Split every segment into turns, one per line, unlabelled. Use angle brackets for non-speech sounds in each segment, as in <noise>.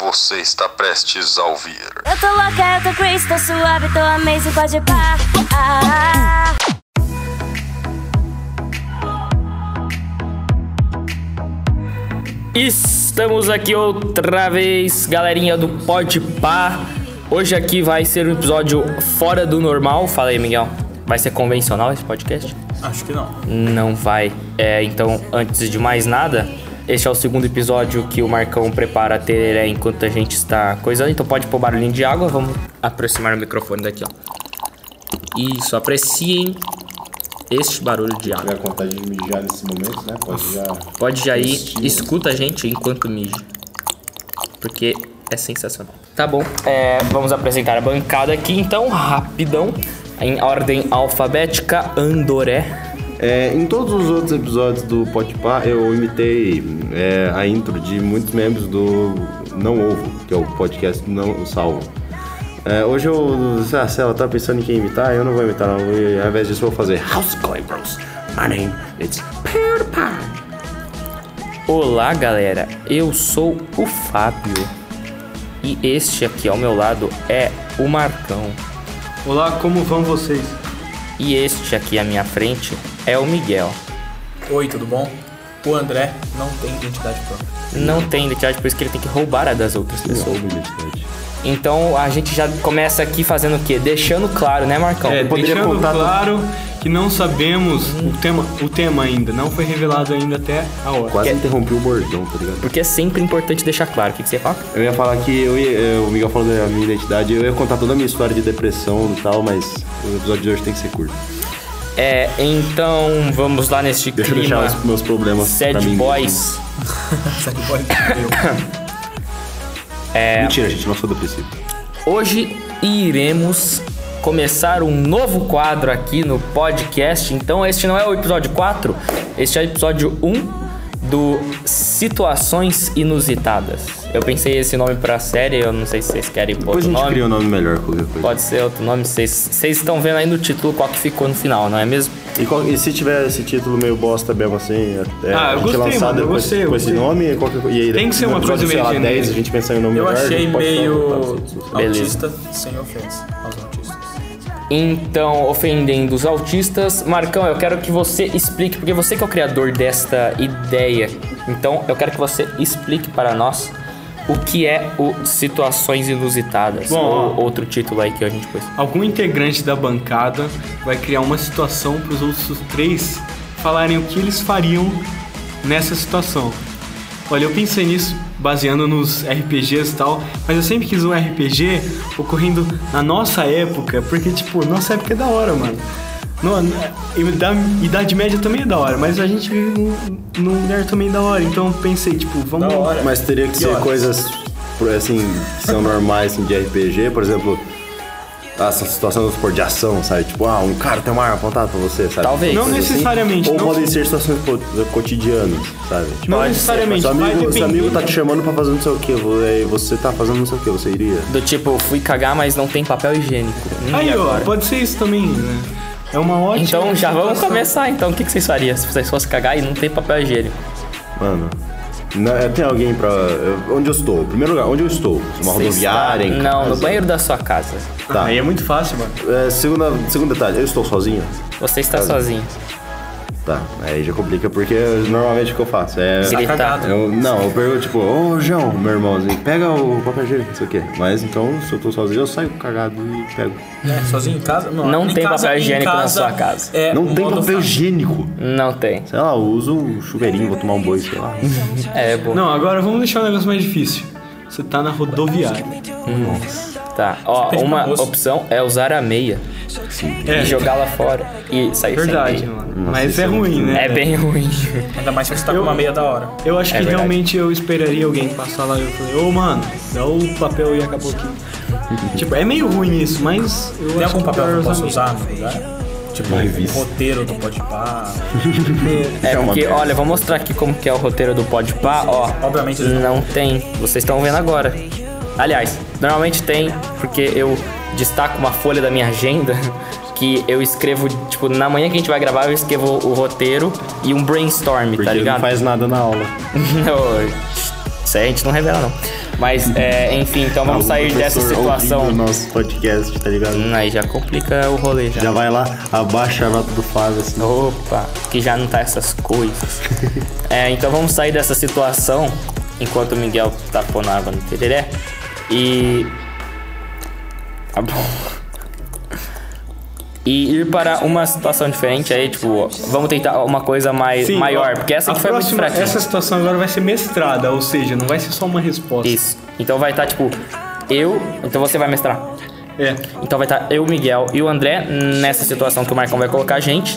você está prestes a ouvir.
Eu tô louca, eu tô crazy, tô suave, tô amazing, pode pá. Ah,
Estamos aqui outra vez, galerinha do Pode Pá. Hoje aqui vai ser um episódio fora do normal. Fala aí, Miguel. Vai ser convencional esse podcast?
Acho que não.
Não vai. É, então, antes de mais nada, este é o segundo episódio que o Marcão prepara a tereré enquanto a gente está coisando. Então pode pôr barulhinho de água. Vamos aproximar o microfone daqui, ó. Isso, apreciem este barulho de água.
Tiver vontade de mijar nesse momento, né? Pode já.
Pode já ir,
Estímulo.
escuta a gente enquanto mija. Porque é sensacional. Tá bom, é, vamos apresentar a bancada aqui então, rapidão. Em ordem alfabética, Andoré.
É, em todos os outros episódios do Podpah, eu imitei é, a intro de muitos membros do Não Ovo, que é o podcast Não Salvo. É, hoje eu, ah, se ela tá pensando em quem imitar, eu não vou imitar, não. E, ao invés disso, eu vou fazer House Going Bros. My name is PewDiePie.
Olá, galera. Eu sou o Fábio. E este aqui ao meu lado é o Marcão.
Olá, como vão vocês?
E este aqui à minha frente é o Miguel.
Oi, tudo bom? O André não tem identidade própria.
Não tem identidade, por isso que ele tem que roubar a das outras pessoas.
Sou humilhante.
Então a gente já começa aqui fazendo o quê? Deixando claro, né, Marcão?
É,
poderia
deixando
contar-
claro que não sabemos o tema, o tema ainda. Não foi revelado ainda até a hora.
Quase interrompi o bordão, tá ligado?
Porque é sempre importante deixar claro. O que, que você fala?
Eu ia falar que eu ia- eh, o Miguel falou da minha identidade, eu ia contar toda a minha história de depressão e tal, mas o episódio de hoje tem que ser curto.
É, então vamos lá neste
Deixa eu
clima.
deixar os meus problemas pra
Sad
mim. assim.
Boys.
Sabe,
<laughs>
pode ser
É.
Mentira, gente, não sou depressivo.
Hoje iremos começar um novo quadro aqui no podcast. Então, este não é o episódio 4, este é o episódio 1 do Situações Inusitadas. Eu pensei esse nome pra série, eu não sei se vocês querem pôr
Depois a
outro
gente
nome.
cria um nome melhor, qualquer coisa.
Pode ser outro nome. Vocês vocês estão vendo aí no título qual que ficou no final, não é mesmo?
E, qual- e se tiver esse título meio bosta mesmo assim, é,
Ah, eu
a gente
gostei,
lançar
mano, eu
depois
gostei, eu
com esse
gostei.
nome, qualquer coisa. E aí,
Tem que ser
no
uma
episódio,
coisa
sei lá,
meio
10, a
genérica.
gente pensar em um nome
Eu
melhor. a
achei
gente pode
meio
falar, tá, tá, tá.
Beleza. Tá.
autista, sem ofensa aos autistas.
Então, ofendendo os autistas, Marcão, eu quero que você explique, porque você que é o criador desta ideia. Então, eu quero que você explique para nós o que é o Situações Inusitadas,
Bom,
ou
ó.
outro título aí que a gente pôs.
Algum integrante da bancada vai criar uma situação para os outros três falarem o que eles fariam nessa situação. Olha, eu pensei nisso baseando nos RPGs e tal, mas eu sempre quis um RPG ocorrendo na nossa época, porque, tipo, nossa época é da hora, mano. No, é, e da Idade Média também é da hora, mas a gente vive num, num lugar também da hora, então eu pensei, tipo, vamos.
Mas teria que, ser
horas?
coisas por- assim, que são normais assim, de RPG, por exemplo. Essa situação vamos supor, de ação, sabe? Tipo, ah, um cara tem uma arma apontada pra você, sabe?
Talvez.
Não
Coisas assim.
necessariamente,
Ou
não-
podem ser situações co- cotidianas, sabe? Tipo,
Não
ah,
necessariamente,
seu
vai
amigo, seu
depender.
amigo tá te chamando pra fazer não sei o que, você tá fazendo não sei o que, você iria.
Do tipo, fui cagar, mas não tem papel higiênico. Hum, e
Aí, ó,
agora?
pode ser isso também, né? É uma ótima.
Então, já vamos
situação.
começar. Então, o que que vocês fariam se vocês fossem cagar e não tem papel higiênico?
Mano. Não, é, tem alguém pra. eu- onde eu estou? Primeiro lugar, onde eu estou? Uma
Vocês-
rodoviária, em
Não, no
casa?
banheiro da sua casa.
Tá.
Aí é muito fácil, mano.
É, segunda, segundo detalhe, eu estou sozinho?
Você está sozinho.
Tá. Aí já complica porque normalmente o que eu faço é.
Gritar.
Eu, não, eu pergunto tipo, ô João, meu irmãozinho, pega o papel higiênico, não sei o quê. Mas então, se eu tô sozinho, eu saio cagado e pego.
É, sozinho em casa?
Não
em
tem
casa-
papel
em
higiênico na sua casa.
é
não
um
tem
modo
papel
fácil.
higiênico.
Não tem.
Sei lá, eu uso um chuveirinho, vou tomar um boi, sei lá.
É, bom.
Não, agora vamos deixar um negócio mais difícil. Você tá na rodoviária.
Tá, ó,
pede
uma
pra moça.
opção é usar a meia
É,
e jogar lá fora e sair
verdade,
sem meia.
mano. Mas é ruim, né?
É bem ruim.
Ainda mais se você tá
Eu-
com uma meia da hora.
Eu acho que
verdade.
realmente eu esperaria alguém passar lá e eu falei, ô mano, dá o papel e acabou aqui. tipo, é meio ruim isso, mas eu
Tem
acho
algum
que
papel que eu posso
usar
usar no lugar? Tipo, um roteiro do Podpah.
É
uma
porque,
merda.
olha, vou mostrar aqui como que é o roteiro do Podpah, ó.
Obviamente eles
Não tem. Vocês estão vendo agora. Aliás, normalmente tem, porque eu destaco uma folha da minha agenda <laughs> que eu escrevo, tipo, na manhã que a gente vai gravar, eu escrevo o roteiro e um brainstorm,
Porque
<laughs> tá ligado?
não faz nada na aula.
Não, isso aí a gente não revela, não. Mas, é, enfim, então vamos
Algum
sair dessa
Ah, professor ouvindo
situação.
o nosso podcast, tá ligado?
Hum, Aí já complica o rolê já.
Já vai lá, abaixa a nota do Fábio, assim.
Opa, que já não tá essas
<laughs>
coisas. É, então vamos sair dessa situação enquanto o Miguel tá pondo água no tereré. E. Tá bom. E ir para uma situação diferente aí, tipo, vamos tentar uma coisa mais
Sim,
maior,
ó,
porque essa
a
que foi muito
próxima,
fraquinha.
Essa situação agora vai ser mestrada, ou seja, não vai ser só uma resposta.
Isso. Então vai estar, tipo, eu. Então você vai mestrar.
É.
Então vai estar eu, Miguel e o André nessa situação que o Marcão vai colocar a gente.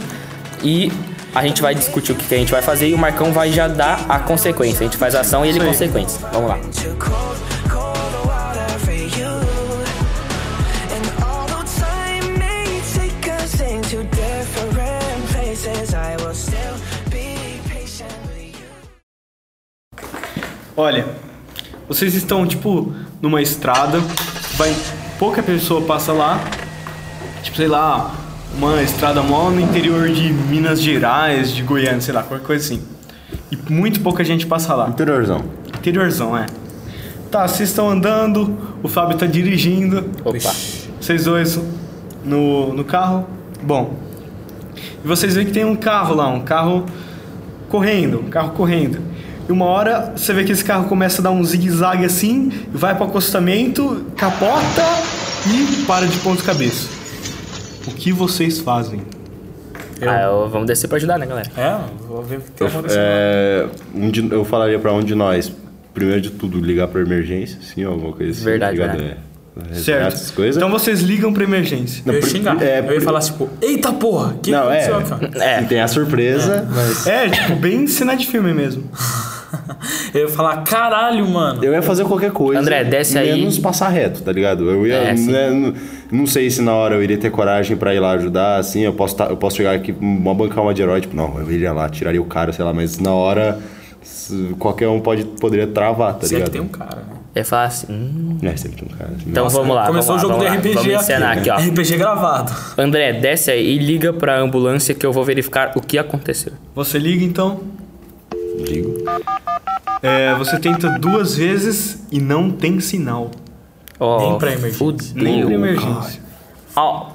E a gente vai discutir o que, que a gente vai fazer e o Marcão vai já dar a consequência. A gente faz a ação e ele
Isso aí.
consequência. Vamos lá.
Olha, vocês estão tipo numa estrada, vai pouca pessoa passa lá, tipo sei lá, uma estrada mó no interior de Minas Gerais, de Goiânia, sei lá, qualquer coisa assim. E muito pouca gente passa lá.
Interiorzão.
Interiorzão, é. Tá, vocês estão andando, o Fábio tá dirigindo,
Opa.
vocês dois no, no carro. Bom, e vocês veem que tem um carro lá, um carro correndo, um carro correndo. E uma hora você vê que esse carro começa a dar um zigue-zague assim, vai pro acostamento, capota e para de ponta cabeça. O que vocês fazem?
Ah, eu- vamos descer pra ajudar, né, galera?
É, vou ver o que tem acontecido.
É, um de- eu falaria pra um de nós, primeiro de tudo, ligar pra emergência, sim, alguma coisa assim.
Verdade, né?
ligado?
verdade.
É, resgate, essas
Certo?
coisas.
Então vocês ligam pra emergência.
Não,
Eu ia
por-
xingar.
é,
eu ia
por-
falar tipo, eita porra, que
Não, é.
aconteceu, cara?
É.
E tem a surpresa, mas...
É, tipo, bem cena de filme mesmo.
Eu ia falar, caralho, mano.
Eu ia fazer qualquer coisa.
André, desce aí.
Menos passar reto, tá ligado? Eu ia.
É, sim.
né, n- não sei se na hora eu iria ter coragem pra ir lá ajudar, assim. Eu posso, tá- eu posso chegar aqui, uma bancar uma de herói, tipo, não, eu iria lá, tiraria o cara, sei lá, mas na hora. s- Qualquer um pode, poderia travar, tá
Se é
ligado?
que tem um cara, né?
Eu ia falar assim. hum.
É, sempre tem um cara. assim,
Então vamos lá.
Começou
vamos
o jogo
lá,
do
vamos lá.
RPG
Vamos encenar aqui,
aqui.
ó.
RPG gravado.
André, desce aí e liga pra ambulância que eu vou verificar o que aconteceu.
Você liga então,
eu digo.
é, você tenta duas vezes e não tem sinal.
Ó,
Nem pra emergência.
Fudeu.
Nem pra emergência.
Ó,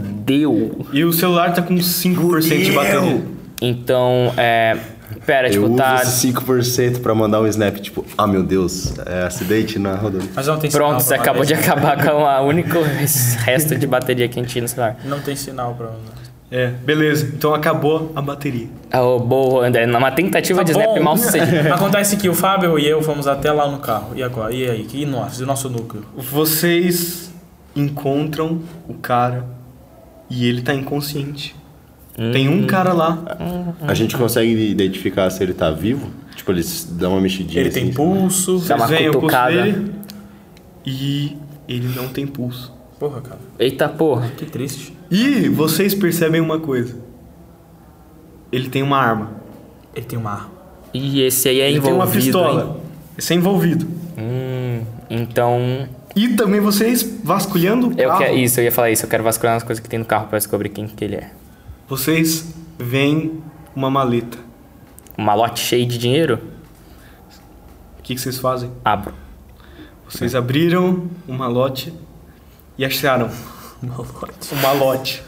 fudeu.
E o celular tá com 5% de bateria.
Então, é. Pera,
Eu
tipo,
uso
tá.
esse 5% pra mandar um snap, tipo, ah meu Deus, é acidente na rodovia.
Mas não tem sinal.
Pronto, você
pra
acabou de
mandar
acabar com a <laughs> único resto de bateria que a gente tinha no celular.
esse- Não tem sinal pra mandar.
É, beleza. Então acabou a bateria.
Oh, boa, André. Uma tentativa de snap
Tá Bom,
mal sucedida.
<laughs> Acontece que o Fábio e eu fomos até lá no carro. E agora? E aí? E nós? E o nosso núcleo?
Vocês encontram o cara e ele tá inconsciente. Tem
Hum.
um cara lá.
A gente consegue identificar se ele tá vivo? Tipo, eles dão uma mexidinha.
Ele
assim,
tem pulso.
Dá uma
Vocês veem o pulso
cutucada.
dele e ele não tem pulso.
Porra, cara.
Eita porra.
Que triste.
E vocês percebem uma coisa. Ele tem uma arma.
Ele tem uma arma.
E esse aí é
Ele tem
envolvido.
uma pistola. Esse é envolvido.
hein? Hum, então.
E também vocês vasculhando o
Eu
carro.
quero, é isso, eu ia falar isso. Eu quero vasculhar as coisas que tem no carro pra descobrir quem que ele é.
Vocês veem uma maleta.
Um malote cheio de dinheiro?
O que, que vocês fazem?
Abro.
Vocês abriram um malote e acharam
Malote.
um malote.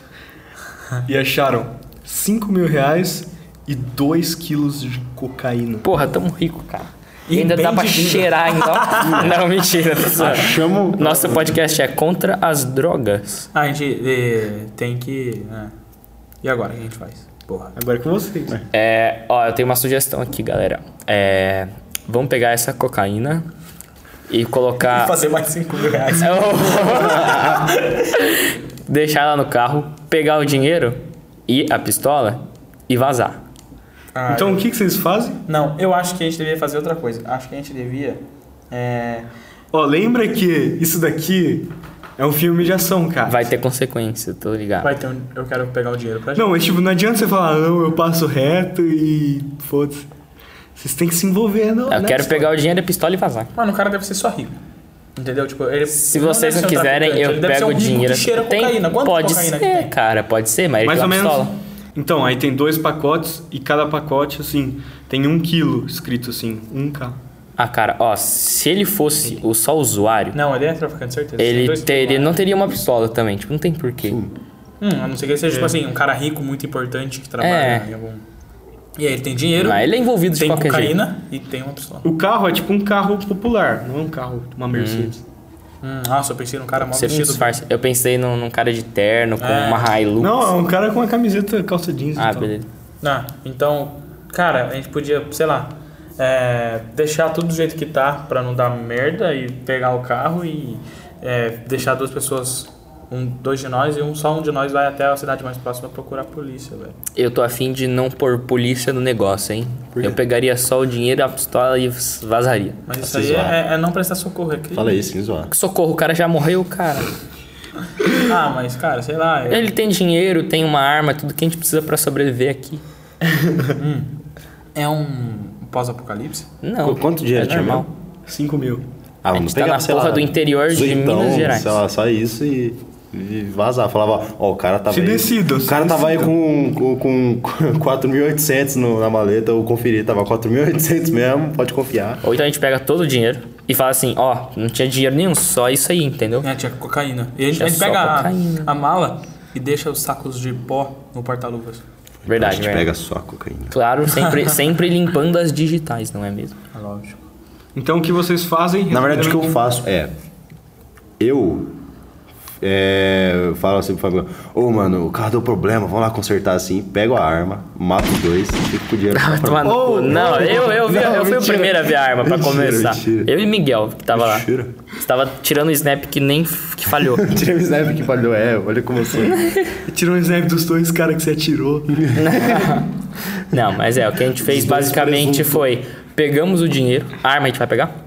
e acharam 5 mil reais e 2 quilos de cocaína.
Porra, tamo rico, cara. E
E
ainda
bem
dá pra
de vida.
cheirar ainda. não, <laughs> mentira, pessoal.
Chama o
Nosso podcast é contra as drogas.
Ah, a gente eh, tem que. né? E agora? O que a gente faz? Porra.
Agora é com vocês.
É, ó, eu tenho uma sugestão aqui, galera. É, vamos pegar essa cocaína e colocar.
Fazer mais 5
<laughs>
mil reais.
Deixar ela no carro, pegar o dinheiro e a pistola e vazar.
Ah,
Então o que, que vocês fazem?
Não, eu acho que a gente devia fazer outra coisa. Acho que a gente devia. É.
Ó, lembra que isso daqui é um filme de ação, cara.
Vai ter consequência, tô ligado.
Vai ter um. Eu quero pegar o dinheiro pra gente.
Não, mas tipo, não adianta você falar, não, eu passo reto e. Foda-se. Vocês têm que se envolver, não.
Eu quero pegar o dinheiro, a pistola e vazar.
Mano, o cara deve ser só rico. Entendeu? Tipo, ele.
Se vocês não,
um
quiserem, eu pego o dinheiro.
tem, cocaína. Quanto
pode
cocaína que
ser,
tem?
cara, pode ser, mas
Mais
ele
ou
tem
menos.
uma pistola.
Então, aí tem dois pacotes e cada pacote, assim, tem um quilo escrito assim, um K.
Ah, cara, ó, se ele fosse o só usuário,
Não, ele é traficante, certeza. Tem
ele
dois
teria,
pilares.
não teria uma pistola também. Tipo, não tem porquê.
Hum, a não ser que ele seja, tipo assim, um cara rico, muito importante, que trabalha
É.
em algum... E aí ele tem dinheiro,
Mas ele é envolvido de
tem
qualquer jeito.
cocaína e tem uma pistola.
O carro é tipo um carro popular, não é um carro, uma Mercedes.
Hum, nossa, eu pensei num cara mal
Você não
vestido.
disfarça. Eu pensei num, num cara de terno, com
É.
uma Hilux.
Não, é um cara com uma camiseta calça jeans
Hum, Ah,
e tal.
beleza.
Ah, então, cara, a gente podia, sei lá, é, deixar tudo do jeito que tá pra não dar merda e pegar o carro e é, deixar duas pessoas, um, dois de nós e um só um de nós vai até a cidade mais próxima procurar a polícia, velho.
Eu tô afim de não pôr polícia no negócio, hein? Eu pegaria só o dinheiro, a pistola e vazaria.
Mas isso
se
aí
zoar.
é, é não prestar socorro, é crime.
Fala aí, sem zoar.
Socorro, o cara já morreu, cara.
Ah, mas cara, sei lá, é-
Ele tem dinheiro, tem uma arma, tudo que a gente precisa pra sobreviver aqui.
é um pós-apocalipse?
Não.
Qu- quanto dinheiro
é
tinha
normal.
mesmo?
5 mil.
Ah,
gente tá na porra do interior de
zoitão,
Minas Gerais.
Sei lá, só isso e, e vazar. Falava, ó, o cara tava
Se
aí.
decida,
o
se
cara tava aí
decida.
com, com, com <laughs> 4.800 no- na maleta, eu conferi, tava 4.800 mesmo, pode confiar.
Ou então a gente pega todo o dinheiro e fala assim, ó, não tinha dinheiro nenhum, só isso aí, entendeu?
É, tinha cocaína. E a gente,
Tinha
a gente
só
pega a,
cocaína.
a mala e deixa os sacos de pó no porta-luvas.
É.
A
Verdade,
gente
verdade.
pega só a cocaína.
Claro, sempre, <laughs> sempre limpando as digitais, não é mesmo?
É lógico.
Então o que vocês fazem?
Na verdade, o que eu faço é. Eu. É, falo assim pro Fabiano: Ô, mano, o carro deu problema, vamos lá consertar assim. Pego a arma, mato os dois, fico com o
<laughs>
dinheiro.
Vai tomar no
Ô,
cu. não,
ô,
eu, eu, vi,
não,
eu fui o
Oh, mentira.
primeiro a ver a arma pra
Mentira,
começar.
mentira.
Eu e Miguel, que tava lá.
Mentira.
Você tava tirando o snap que nem f- que
<laughs>
falhou.
Tirei o snap que falhou, é, olha como eu sou.
Tirou um snap dos dois caras que você atirou.
não, mas é, o que a gente fez
Os dois
basicamente
presunto.
foi: pegamos o dinheiro, a arma a gente vai pegar?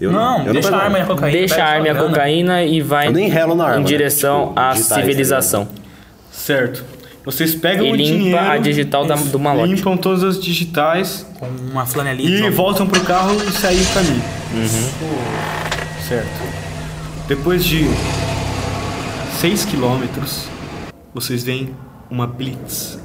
Eu
Não,
eu
deixa
pego
a arma e a cocaína.
deixa
pega
a arma e a
sua grana.
cocaína e vai
Eu nem relo na arma,
em
né?
direção
Tipo,
à
digitais, tá ligado?
civilização.
Certo. Vocês pegam
E
o
limpa
dinheiro,
a digital da- do malote.
Limpam todas as digitais
Com uma
e
flanelinha.
voltam pro carro e saem do caminho. Uhum. Certo. Depois de 6 quilômetros, vocês veem uma blitz.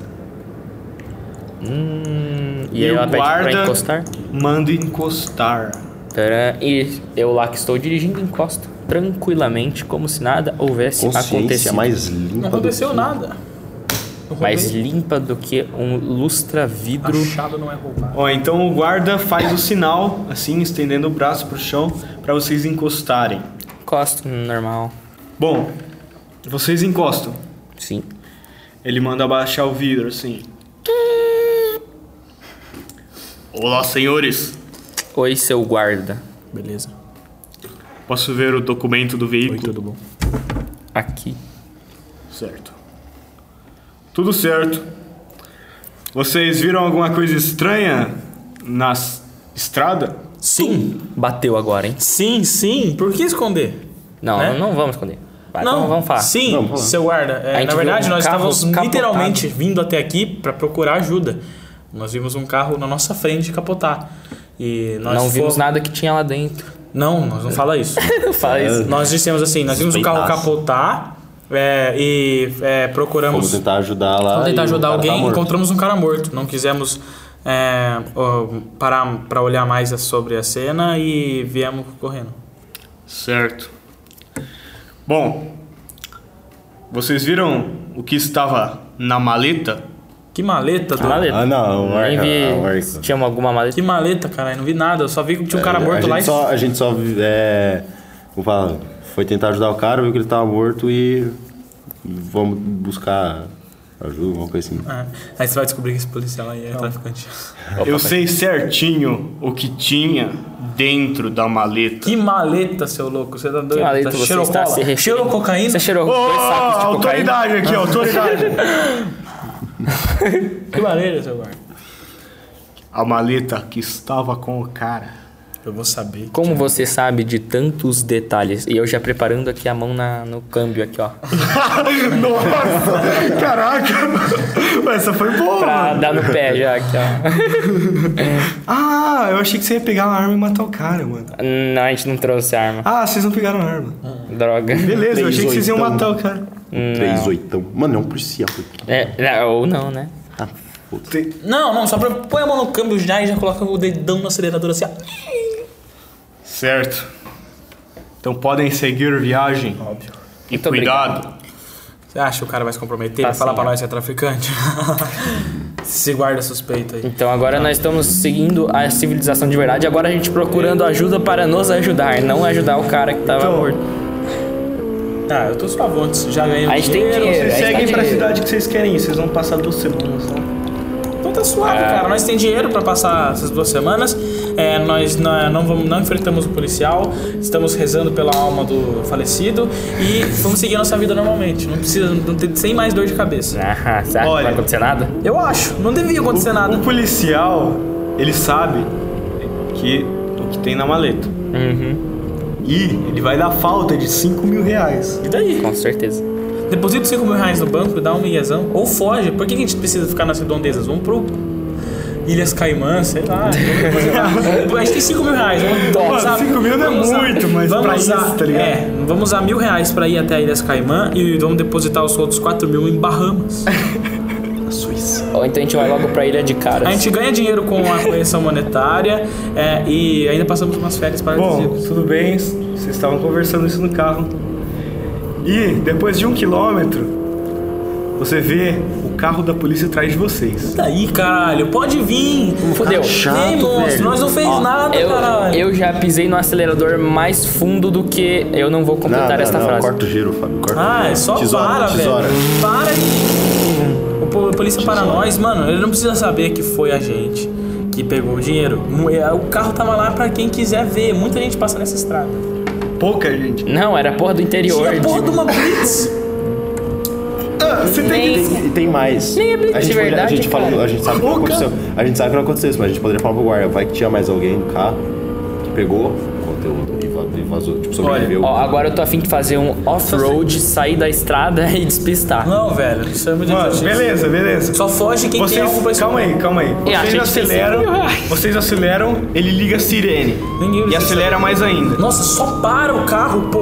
Hum, E aí
o
ela pede pra
guarda
encostar.
Manda encostar.
Tcharam. E eu lá que estou dirigindo encosto tranquilamente, como se nada houvesse
Consciência é
acontecido.
mais limpa.
Não aconteceu
do
nada. Eu
Mais
roubei.
limpa do que um lustra-vidro.
Achado não é roubado.
Ó, então o guarda faz o sinal, assim, estendendo o braço pro chão, pra vocês encostarem.
Encosto normal.
Bom, vocês encostam.
Sim.
Ele manda abaixar o vidro, assim. Olá, senhores.
Oi, seu guarda.
Beleza.
Posso ver o documento do
Oi,
veículo?
tudo bom?
Aqui.
Certo. Tudo certo. Vocês viram alguma coisa estranha na s- estrada?
Sim.
Bateu agora, hein?
Sim, sim. Por que esconder?
Não,
Né?
não vamos esconder. Vai, não, vamos falar.
Sim, seu guarda. É,
A gente
na verdade,
viu um
nós
carro
estávamos
capotado.
literalmente vindo até aqui para procurar ajuda. Nós vimos um carro na nossa frente capotar. E nós
não vimos
fomos-
nada que tinha lá dentro.
Não, nós não
<laughs>
fala isso.
Fala isso.
nós dissemos assim, nós vimos o carro
Suspeitaço.
capotar é, e é,
Vamos
procuramos
tentar ajudar lá.
Vamos
e
tentar
o
ajudar
cara tá
alguém,
morto.
encontramos um cara morto. Não quisemos é, ó, parar para olhar mais sobre a cena e viemos correndo.
Certo. Bom, vocês viram o que estava na maleta?
Que maleta, do...
Maleta.
Ah, não, o
Nem
arca- o
vi
arca.
se tinha alguma maleta.
Que maleta, cara. Eu não vi nada. Eu só vi que tinha um cara
É, A
morto
gente
lá e...
Só, a gente só. É, vou falar, foi tentar ajudar o cara, viu que ele tava morto e. Vamos buscar ajuda, alguma coisa assim.
É. Aí você vai descobrir que esse policial aí é traficante.
tá
Eu sei certinho o que tinha dentro da maleta.
Que maleta, seu louco. Você tá doido?
Que maleta
tá
você
cheirou
está
cola?
se referindo?
Cheirou cocaína?
Você cheirou
Oh!
dois sacos de cocaína?
autoridade
<laughs>
aqui, autoridade.
Que maleta, seu guarda?
A maleta que estava com o cara.
<laughs>
Eu vou saber.
Como você sabe de tantos detalhes? E eu já preparando aqui a mão na, no câmbio aqui, ó.
Nossa, caraca. Essa foi boa.
<laughs>
Pra
mano.
dar no pé já aqui, ó.
Ah, eu achei que você ia pegar uma arma e matar o cara, mano.
Não, a gente não trouxe arma.
Ah, vocês não pegaram a arma.
Droga.
Beleza, eu achei que vocês iam
Três,
matar o cara.
Três oitão. Mano, é um policial aqui.
É, não, ou não, né?
Ah, foda-se.
Não, não. Só pra... põe a mão no câmbio já e já coloca o dedão no acelerador assim, ó.
Certo. Então podem seguir viagem.
Óbvio.
E
Muito
cuidado.
Você acha que o cara vai se comprometer?
Tá
vai falar
sim,
pra
é.
nós que é traficante? <laughs> se guarda suspeito aí.
Então agora nós estamos seguindo a civilização de verdade. Agora a gente procurando ajuda para nos ajudar, não ajudar o cara que tava morto.
Ah, eu tô suavante. Já ganhei
A gente tem dinheiro.
Vocês
a gente
É, seguem
tem
pra
dinheiro.
cidade que vocês querem ir. Vocês vão passar duas semanas lá.
Então tá
Ah.
suave, cara. Nós tem dinheiro pra passar essas duas semanas. É, nós na- não, vamos, não enfrentamos o policial. Estamos rezando pela alma do falecido. E vamos seguir nossa vida normalmente. Não precisa, não tem, sem mais dor de cabeça.
Ah, será que não
Olha.
vai acontecer nada?
Eu acho. Não devia acontecer
o,
nada.
O policial, ele sabe que o que tem na maleta. E ele vai dar falta de 5 mil reais.
E daí?
Com certeza.
Deposita 5 mil reais no banco, dá uma milhazão. Ou foge. Por que que a gente precisa ficar nas redondezas? Vamos pro. Ilhas Caimã, sei
<laughs>
lá. a gente tem 5 mil reais. Vamos,
Mano,
usar-
cinco mil não é
vamos usar-
muito, mas
vamos
pra isso,
usar-
tá ligado?
É, vamos usar mil reais pra ir até Ilhas Caimã e vamos depositar os outros 4 mil em Bahamas.
Ou então a gente vai logo pra ilha de caras.
A gente ganha dinheiro com a correção monetária é, e ainda passamos umas férias para
Bom, tudo bem, vocês estavam conversando isso no carro. E depois de um quilômetro, você vê o carro da polícia atrás de vocês.
Daí, caralho, pode vir.
Fudeu.
Vem, monstro, nós não fez
Ó,
nada,
eu,
caralho.
eu já pisei no acelerador mais fundo do que. Eu não vou
Não,
completar
não,
esta
não,
frase.
corta o giro, Fábio. Corta o
Ah,
giro.
é só
tesoura,
para,
tesoura.
velho. Para de. O po- a polícia para nós, mano, ele não precisa saber que foi a gente que pegou o dinheiro. Mu- é, O carro tava lá pra quem quiser ver. Muita gente passa nessa estrada.
Pouca gente.
Não, era a porra do interior.
E a porra de uma blitz.
Ah, Você tem que.
E tem- e tem mais.
Nem é bem
a
de
gente, foi-
verdade,
a gente,
cara.
falou- a gente sabe o que
Pouca.
aconteceu. A gente sabe o que não aconteceu isso, mas a gente poderia falar pro guarda. Vai que tinha mais alguém no carro que pegou o conteúdo e va- e vazou. Tipo, sobreviveu.
Ó, agora eu tô afim de fazer um off-road, sair da estrada <laughs> e despistar.
Não, velho, isso é muito
Mano,
injustiça.
beleza, beleza.
Só foge quem tem algo pra
Vocês, calma aí, calma aí.
a gente
Vocês
tem
aceleram,
cinco mil reais.
vocês aceleram, ele liga a sirene.
Ninguém
E
precisa
acelera mais ainda.
Nossa, só para o carro, porra.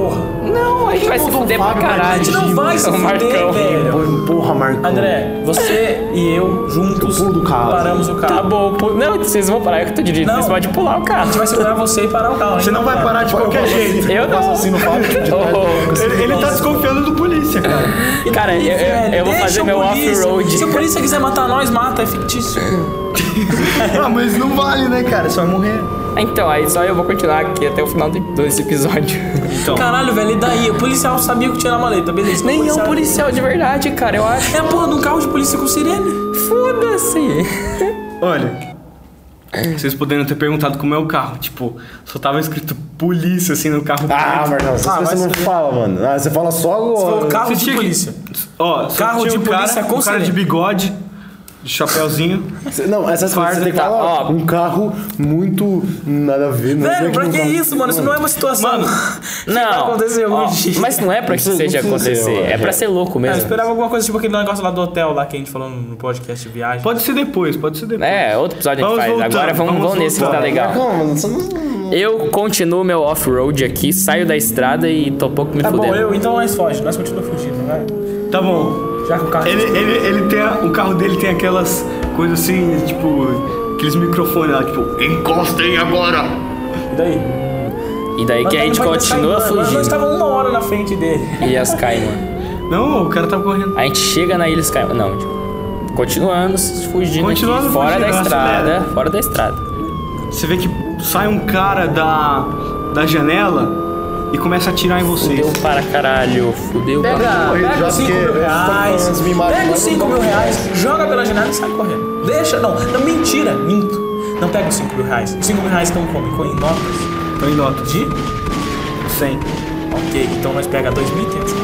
Não, a gente vai se fuder pra
A
caralho. <laughs>
gente não vai se fuder, velho.
Porra, Marcão.
André, você e eu juntos
pulo do carro.
paramos o carro.
Tá bom, pu- não, vocês vão parar, eu que tô dirigindo.
Não.
Vocês podem pular o <laughs>
A
carro.
gente vai segurar você e parar o carro. hein?
Você não vai parar de qualquer jeito. assim
Eu não. Oh,
Ele, ele tá desconfiando do polícia, cara.
cara, eu, É, eu- eu vou
Deixa
fazer
o
meu
polícia.
off-road.
Se o polícia quiser matar nós, mata, é fictício.
Ah, mas não vale, né, cara? Você vai morrer.
Então, aí só eu vou continuar aqui até o final do- desse <laughs> episódio.
Caralho, velho, e daí? O policial sabia que tinha na maleta, beleza.
Nem é um
Policial-
policial de verdade, cara, eu acho.
É a porra de um carro de polícia com sirene.
Foda-se.
Olha. Vocês poderiam ter perguntado como é o carro. Tipo, só tava escrito polícia assim no carro.
Ah,
preto.
Marcão, essas coisas você não fala, mano. Ah, você fala só
Foi o
agora.
carro
Você
de
tinha que-
polícia.
Ó, só
Carro
tinha
de
um cara,
polícia com
um cara de
sirene.
bigode, de chapéuzinho.
Você- Não, essas coisas você tem que
Tá,
falar.
ó.
Um carro muito nada a ver. não sei
Velho, pra
não tá-
que
vai-
isso, mano? Isso não é uma situação.
Mano,
que vai acontecer algum
ó,
dia.
Mas não é pra que
Não precisa-
seja
não precisa ser,
acontecer.
ó,
É
é.
pra ser louco
Eu
mesmo.
esperava alguma coisa tipo aquele negócio lá do hotel lá que a gente falou no podcast de viagem.
Pode ser depois, pode ser depois.
É, outro episódio a gente
Vamos
faz.
voltar,
Agora vamos,
vamos
vamos nesse que tá
voltar.
é-
legal.
Marcão, mano, você não. tá-
Eu continuo meu off-road aqui, saio da estrada e tô um pouco me
Tá bom,
fudendo.
eu, então nós foge, nós continuamos fugindo, vai.
Tá bom.
Já que o carro. tá-
Ele, ele, ele tem. a- o carro dele tem aquelas coisas assim, tipo. Aqueles microfones lá, tipo, encostem agora!
E daí?
E daí que a gente continua
Nós nós
fugindo.
tava uma hora na frente dele.
E <laughs> as Cayman.
Não, o cara tava correndo.
A gente chega na ilha Cayman. Não, tipo, continuamos fugindo
Continuamos
aqui, fora da
fugindo,
estrada.
acelera.
Fora da estrada.
Você vê que sai um cara da, da janela e começa a atirar em vocês.
Fudeu para caralho, fudeu para
Pega
já
os 5
fiquei-
mil
eu já tava
reais.
falando, me imagina,
Pega os
eu
5
não
mil
vou-
reais, joga pela janela e sai correndo. Deixa, não, não, mentira, minto. Não pega os 5 mil reais. Os 5 mil reais estão como? Com- Em notas
Então em nota.
de.
100.
Ok, então nós pega 2.500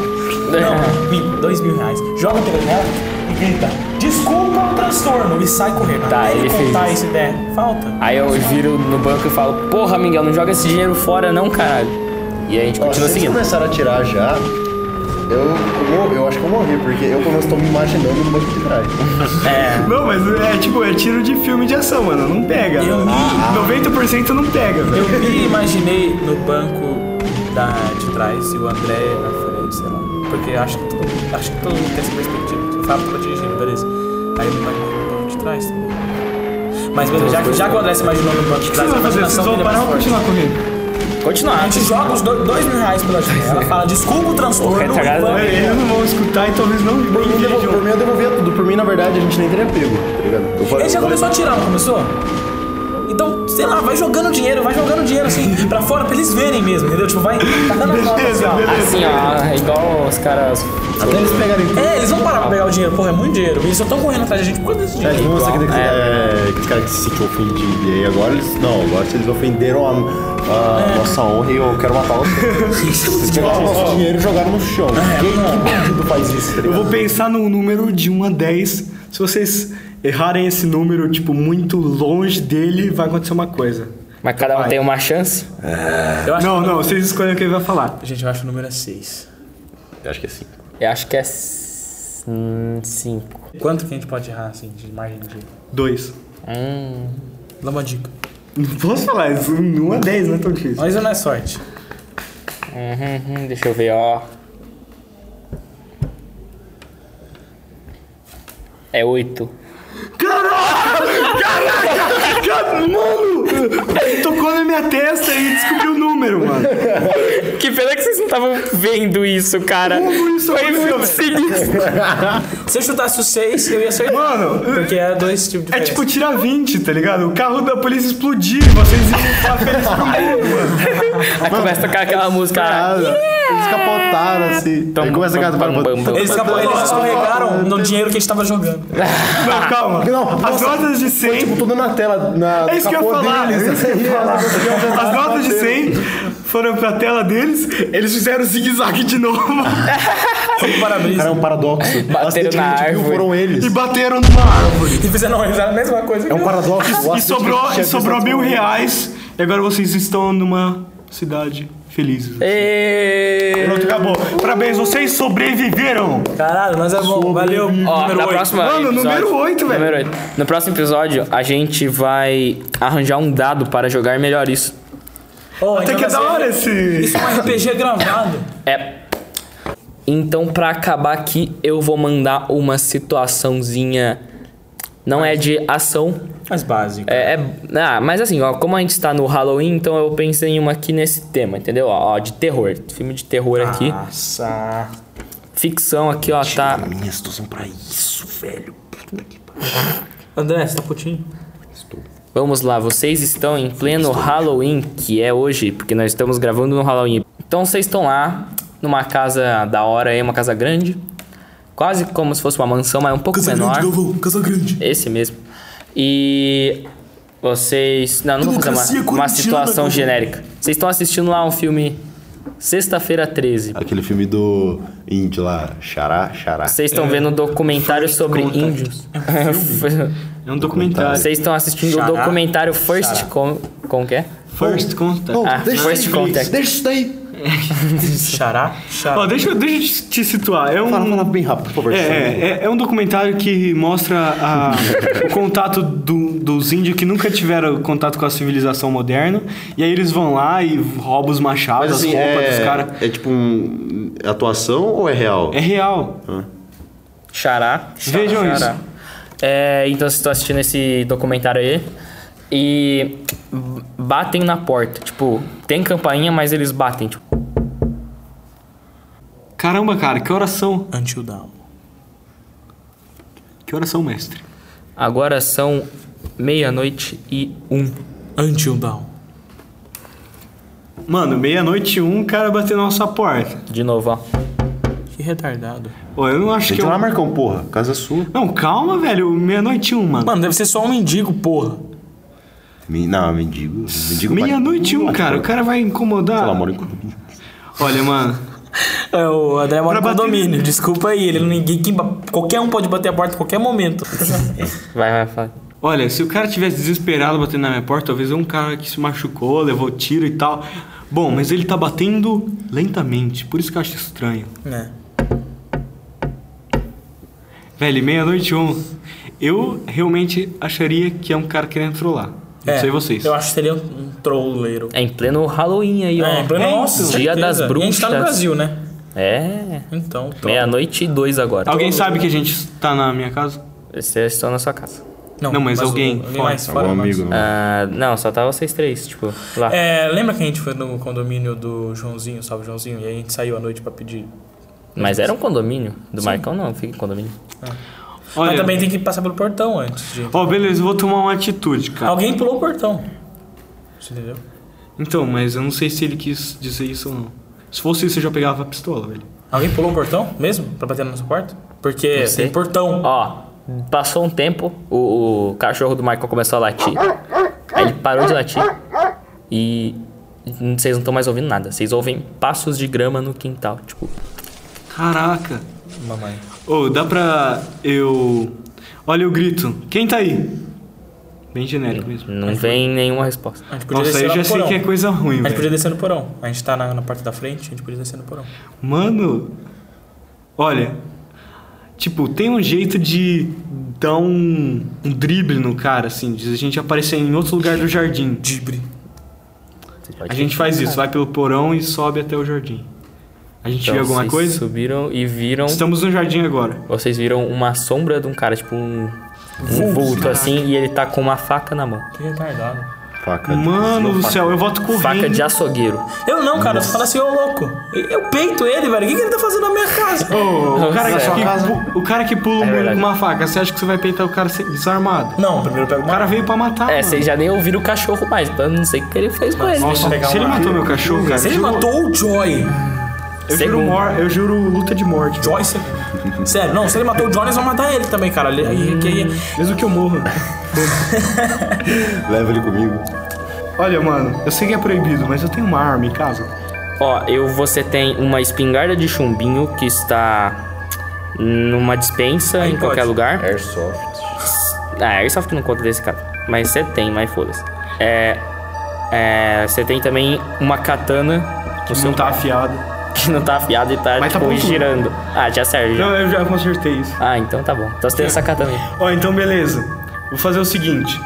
É.
Não, min- dois mil reais. Joga pela janela e grita: Desculpa o transtorno e sai correndo.
Tá,
Até
ele fez
contar
isso.
esse der. Falta.
Aí eu viro no banco e falo, porra, Miguel, não joga esse dinheiro fora não, caralho. E aí a gente
Ó, se
continua
eles
seguindo.
começaram a tirar já, eu, eu, eu acho que eu morri, porque eu começo tô me imaginando no banco de trás.
É.
Não, mas é tipo, é tiro de filme de ação, mano. Não pega.
Eu
mano.
vi.
90% não pega, velho.
Eu me imaginei no banco da, de trás e o André na frente, sei lá. Porque acho que todo, acho que todo mundo tem essa perspectiva. O Fábio tava dirigindo, beleza. Aí eu me imaginei no banco de trás também. Mas beleza, já, que- já que o André se imaginou no banco de
O que
trás,
vocês
a
vão fazer? Vocês
imaginação
vão
dele é
parar
mais
ou
forte.
continuar correndo?
Continuar.
A gente joga os do- dois mil reais pela gente. Ela fala, desculpa o transtorno.
retragado
vamos-
também.
É, Eles não vão escutar e talvez não
Por mim, devo- por mim eu devolvia tudo. Por mim, na verdade, a gente nem teria pego, tá ligado? Eu falei-
Ele já começou a tirar, não começou? Então, sei lá, vai jogando dinheiro, vai jogando dinheiro assim, pra fora, pra eles verem mesmo, entendeu? Tipo, vai tacando a foto assim, ó.
Assim, ó, é igual os caras.
Até eles pegarem tudo.
É, eles vão parar pra pegar o dinheiro, porra, é muito dinheiro. Eles só estão correndo atrás da gente por causa desse
É,
dinheiro.
moça, que, que, é, que os caras que se sentiam ofendidos. E aí agora eles. Não, agora se eles ofenderam a, a nossa honra e eu quero matar <laughs> vocês. Vocês pegaram nosso dinheiro e jogaram no chão. Quem que bandido faz isso? tá
Eu
ligado?
vou pensar num número de 1 a 10. Se vocês errarem esse número, tipo, muito longe dele, vai acontecer uma coisa.
Mas cada um tem uma chance.
Eu acho
Não, não, vocês escolhem o que ele vai falar.
que... Gente, eu acho que o número é 6.
Eu acho que é assim.
Eu acho que é. s- hum, Cinco.
Quanto que a gente pode errar, assim, de margem de...
Dois.
Dá uma dica.
Não posso falar, isso, 1 a 10 não é tão difícil.
Mas não é sorte.
Uhum, uhum, deixa eu ver, ó. É oito.
Mano! Ele tocou na minha testa e descobriu o número, mano.
Que pena que vocês não estavam vendo isso, cara.
Como isso
Foi
aconteceu,
muito sinistro.
Se eu chutasse o 6, eu ia acertar.
Mano,
Porque é dois tipos de
É tipo tirar 20, tá ligado? O carro da polícia explodir e vocês iam ficar felizes
<laughs>
comigo, mano.
Aí começa a tocar aquela música.
Cara, Eles capotaram assim.
Tom,
aí começa a
tom,
cantar
tom, tom, tom.
Eles,
é
escapou, eles escorregaram no dinheiro que a gente tava jogando.
Não, calma.
Não,
As
nossa. tipo,
notas de 100...
Tudo na tela, na
É isso que eu ia
capô
falar,
deles,
é isso que eu ia
assim,
falar.
eles conseguiam
As notas de 100
bater.
foram pra tela deles, eles fizeram zigue-zague de novo <laughs>
Cara, é um paradoxo.
Bateram na
As que a gente viu
árvore.
foram eles.
e bateram numa árvore.
E fizeram a mesma coisa.
É um paradoxo.
E sobrou, e sobrou mil reais, e agora vocês estão numa cidade felizes.
Ê!
Pronto, acabou. Parabéns, vocês sobreviveram.
Caralho, nós é bom. Valeu,
Ó,
número
na
8.
próxima.
Mano, número oito, velho.
Número 8. No próximo episódio, a gente vai arranjar um dado para jogar melhor isso.
Ó,
Até
então
que é
vai
da
ser-
hora esse...
Isso é um RPG gravado.
É. Então, pra acabar aqui, eu vou mandar uma situaçãozinha. Não é de ação,
Mas básico.
É, é- ah, mas assim, ó, como a gente está no Halloween, então eu pensei em uma aqui nesse tema, entendeu? Ó, ó, de terror. Filme de terror aqui.
Nossa.
Ficção aqui, ó, tá.
Minhas situação pra isso, velho. Puta que pariu.
André, você tá putinho?
Vamos lá, vocês estão em pleno Halloween, que é hoje, porque nós estamos gravando no Halloween. Então vocês estão lá, numa casa da hora aí, uma casa grande. Quase como se fosse uma mansão, mas um pouco menor.
Galvão, Casa Grande.
Esse mesmo. E vocês. Não, não vou fazer
Democracia
uma, uma
corintiana,
situação
Galvão.
genérica. Vocês estão assistindo lá um filme Sexta-feira 13.
Aquele filme do indie lá, Xará, Xará.
Vocês estão vendo um documentário sobre índios.
É um documentário.
<laughs> Vocês estão assistindo o documentário First Con... Como que é?
First Contact.
Não,
Ah, First
isso aí,
Contact.
Deixa isso daí.
Xará?
Ó,
Xará.
deixa, eu- deixa eu te- te situar. É um...
Fala, fala bem rápido, por favor.
É,
Xará.
é, é, é um documentário que mostra a- o contato do- dos índios que nunca tiveram contato com a civilização moderna. E aí eles vão lá e roubam os machados,
Mas assim,
as roupas dos caras.
é, é tipo um... Atuação ou é real?
É real.
Xará.
Vejam
Xará. É, então vocês estão assistindo esse documentário aí. E b- batem na porta. Tipo, tem campainha, mas eles batem. Tipo,
Caramba, cara, que oração.
Until Down.
Que oração, mestre.
agora são meia-noite e um.
Until Down.
Mano, meia-noite e um, o cara bateu na nossa porta.
De novo, ó.
Que retardado.
Pô, eu não acho que
Entra
é
eu...
lá, Marcão, porra. Casa sua.
Não, calma, velho. Meia-noite e um, mano.
Mano, deve ser só um mendigo, porra.
Me- Não, mendigo. mendigo
Meia-noite e um,
Sei
cara. O cara vai incomodar.
lá, mora em Curitiba.
Olha, mano.
É, o André mora no
Pra bater
condomínio.
nele.
Desculpa aí, ele não- ninguém que ba- qualquer um pode bater a porta a qualquer
<laughs>
momento.
Vai, vai, vai.
Olha, se o cara tivesse desesperado batendo na minha porta, talvez é um cara que se machucou, levou tiro e tal. Bom, mas ele tá batendo lentamente, por isso que eu acho estranho.
né?
Velho, meia-noite e um. Eu realmente acharia que é um cara querendo trollar. Não
É,
sei vocês.
Eu acho que seria um um trolleiro.
É em pleno Halloween aí, ó.
É, plano nosso.
Dia das
certeza. E a gente tá no
bruxas.
Brasil, né?
É.
Então, troll.
Meia-noite e dois agora.
é.
Alguém sabe que a gente tá na minha casa?
Vocês estão na sua casa.
Não, mas alguém
alguém
fora.
mais fora.
Algum
nós.
amigo. não.
Ah, não, só tava vocês três, tipo, lá.
É, lembra que a gente foi no condomínio do Joãozinho, salve Joãozinho, e a gente saiu à noite pra pedir.
Mas era um condomínio. Do Marcão não, fica em condomínio.
Olha,
Mas também tem que passar pelo portão antes de.
ó, beleza, eu vou tomar uma atitude, cara.
Alguém pulou o portão. Você entendeu?
Então, mas eu não sei se ele quis dizer isso ou não. Se fosse isso, eu já pegava a pistola, velho.
Alguém pulou o portão mesmo? Pra bater na nossa porta? Porque
Não sei.
tem portão.
Ó, passou um tempo, o, o cachorro do Marcão começou a latir. Aí ele parou de latir. E n- vocês não estão mais ouvindo nada. Vocês ouvem passos de grama no quintal. Tipo,
Caraca.
Mamãe.
Ô, dá pra eu... Olha o grito. Quem tá aí? Bem genérico mesmo.
não vem nenhuma resposta.
A gente podia
Nossa,
descer
aí
lá
eu já
no
sei
porão.
que é coisa ruim,
A gente podia
velho.
descer no porão. A gente tá na, na parte da frente, a gente podia descer no porão.
Mano, olha, tipo, tem um jeito de dar um, um drible no cara, assim, de a gente aparecer em outro lugar do jardim.
Dibre.
Vocês podem
A gente faz isso, vai pelo porão e sobe até o jardim. A gente
Então,
vê alguma
vocês
coisa?
Subiram e viram.
Estamos no jardim agora.
Vocês viram uma sombra de um cara, tipo um, um vulto assim, e ele tá com uma faca na mão.
Que retardado.
Faca. de
Mano do céu, eu voto correndo.
Faca de açougueiro.
Eu não, cara. Você fala assim, ô louco. Eu peito ele, velho. O que, que ele tá fazendo na minha casa?
Ô, o, cara
Na
que,
sua
que pu- o cara que pula
É
um muro
verdade.
com uma faca, você acha que você vai peitar o cara sem- desarmado?
Não, primeiro eu pego
O cara veio pra matar.
É,
mano.
vocês já nem ouviram o cachorro mais, então eu não sei o que ele fez com ele.
Nossa,
pegar
se ele
uma-
matou meu cachorro, cara.
Se ele
eu juro-
matou o Joy,
eu juro,
Segundo.
mor- eu juro luta de
<laughs>
morte.
Joy, você... sério, não, se ele matou o Joy, nós vamos matar ele também, cara. Ele- aí- que aí-
Mesmo que eu morra.
Leva ele comigo.
Olha, mano, eu sei que é proibido, mas eu tenho uma arma em casa.
Ó, eu você tem uma espingarda de chumbinho que está numa dispensa em
pode.
qualquer lugar.
Airsoft.
Ah, Airsoft não conta desse cara. Mas você tem, mas foda-se. É, é, você tem também uma katana no
Você
seu
não tá afiado.
<laughs> que não tá afiada e tá,
Mas tá
tipo,
pontudo.
girando. Ah, já serve. Já.
Não, É. eu já consertei isso.
Ah, então tá bom. Então você tem essa katana aí.
Ó, então beleza. Vou fazer o seguinte.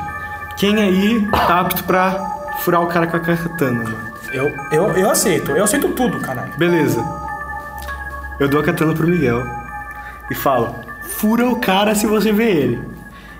Quem aí tá apto pra furar o cara com a katana, mano?
Eu, eu, eu aceito, eu aceito tudo, caralho.
Beleza. Eu dou a katana pro Miguel e falo: fura o cara se você vê ele.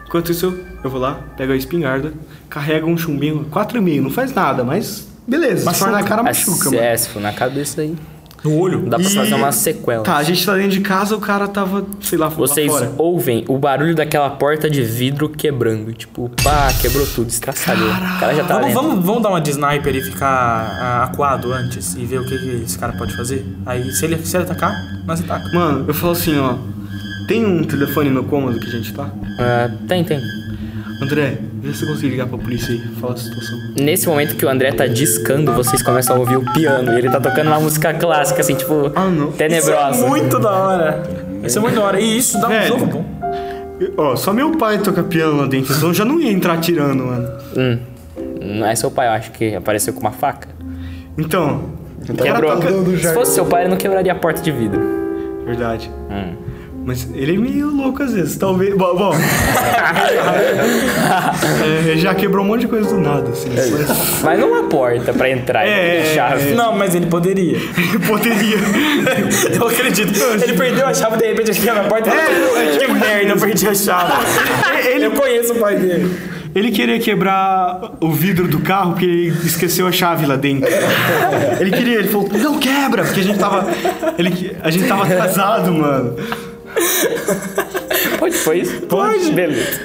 Enquanto isso, eu- eu vou lá, pego a espingarda, carrego um chumbinho, 4,5, não faz nada, mas beleza. Se for na cara, machuca, mano.
É, se for na cabeça aí.
No olho.
Dá pra
E-
fazer uma sequela.
Tá, a gente tá dentro de casa, o cara tava, sei lá,
Vocês
lá fora.
ouvem o barulho daquela porta de vidro quebrando. Tipo, pá, quebrou tudo, estraçalhou. O cara já tá
Vamos,
lento.
vamos, vamos dar uma de sniper e ficar ah, acuado antes e ver o que, que esse cara pode fazer. Aí, se ele, se ele atacar, nós atacamos.
Mano, eu falo assim, ó. Tem um telefone no cômodo que a gente tá?
Ah, tem, tem.
André, vê se eu consigo ligar pra polícia aí, fala a situação.
Nesse momento que o André tá discando, vocês começam a ouvir o piano. E ele tá tocando uma música clássica, assim, tipo,
Ah, não.
tenebrosa.
Isso é muito da hora. Isso é muito da hora. E isso dá um
Velho.
jogo bom.
Eu- Ó, só meu pai toca piano lá dentro, então eu já não ia entrar atirando, mano.
Hum. Não é seu pai, eu acho que apareceu com uma faca.
Então, o cara
Quebrou.
toca-
Se fosse seu pai, ele não quebraria a porta de vidro.
Verdade.
Hum.
Mas ele é meio louco às vezes, talvez.
<laughs>
Bom, bom. É, já quebrou um monte de coisa do nada, assim.
É
mas-
Mas não a porta pra entrar,
É,
é, chave.
Não, mas ele poderia.
Poderia.
<laughs> Eu acredito. Ele perdeu a chave, de repente ele quebra a porta. É,
tipo
<laughs> que merda, eu perdi a chave.
Ele-
Eu conheço o pai dele.
Ele queria quebrar o vidro do carro porque ele esqueceu a chave lá dentro. Ele queria, ele falou, não quebra, porque a gente tava. ele- a gente tava atrasado, mano.
Pode, foi isso? Pode. Beleza.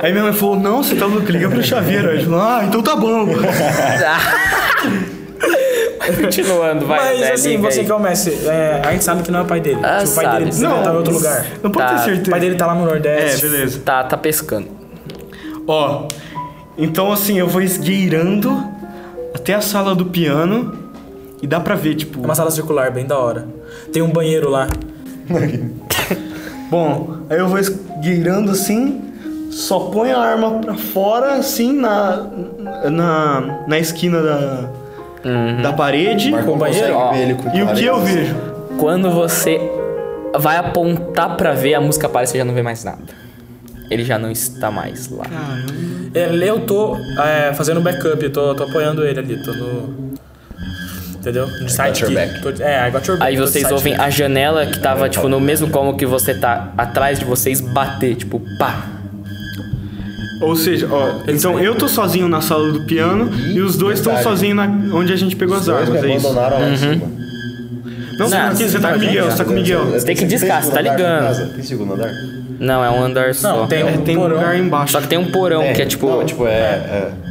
Aí minha mãe falou, não, você tá louco, liga pro chaveiro. Aí ele falou, ah, então tá bom.
Continuando, vai.
Mas
André,
assim,
liga
você
aí.
que é o mestre, é, a gente sabe que não é o pai dele.
Ah,
Se o pai
sabe.
dele dele
Não.
tá em outro lugar.
Não pode
Tá.
ter certeza.
O pai dele tá lá no
É,
Nordeste.
beleza.
Tá, tá pescando.
Ó, então assim, eu vou esgueirando até a sala do piano e dá pra ver, tipo.
É uma sala circular, bem da hora. Tem um banheiro lá.
Bom, aí eu vou esgueirando assim, só ponho a arma pra fora, assim, na. na, na esquina da, da parede.
o banheiro,
ó.
Consegue ver ele com
E o que eu
clareza.
vejo?
Quando você vai apontar pra ver, a música para você já não vê mais nada. Ele já não está mais lá.
Ele- Eu tô é, fazendo backup, eu tô, tô apoiando ele ali, tô no. Entendeu? No site
your back.
É, I got your back.
Aí
tô de
vocês
sidekick.
ouvem a janela que tava, tipo, no mesmo como que você tá atrás de vocês bater, tipo, pá,
Ou seja, ó, então eu tô sozinho na sala do piano e os dois estão
Detalhe.
sozinhos na- onde a gente pegou as
Dois me
armas, é isso.
abandonaram
Uhum.
lá em cima.
Não, você
Não,
não quis,
você
você tá
tá
com o Miguel, você tá com o Miguel.
Tem que
segundo
descascar, tá
andar aqui em
ligando.
casa? Tem segundo andar?
Não, é um andar só.
Não, tem
É,
um
tem um
porão.
lugar embaixo.
Só que tem um porão que é tipo.
Não, tipo, é...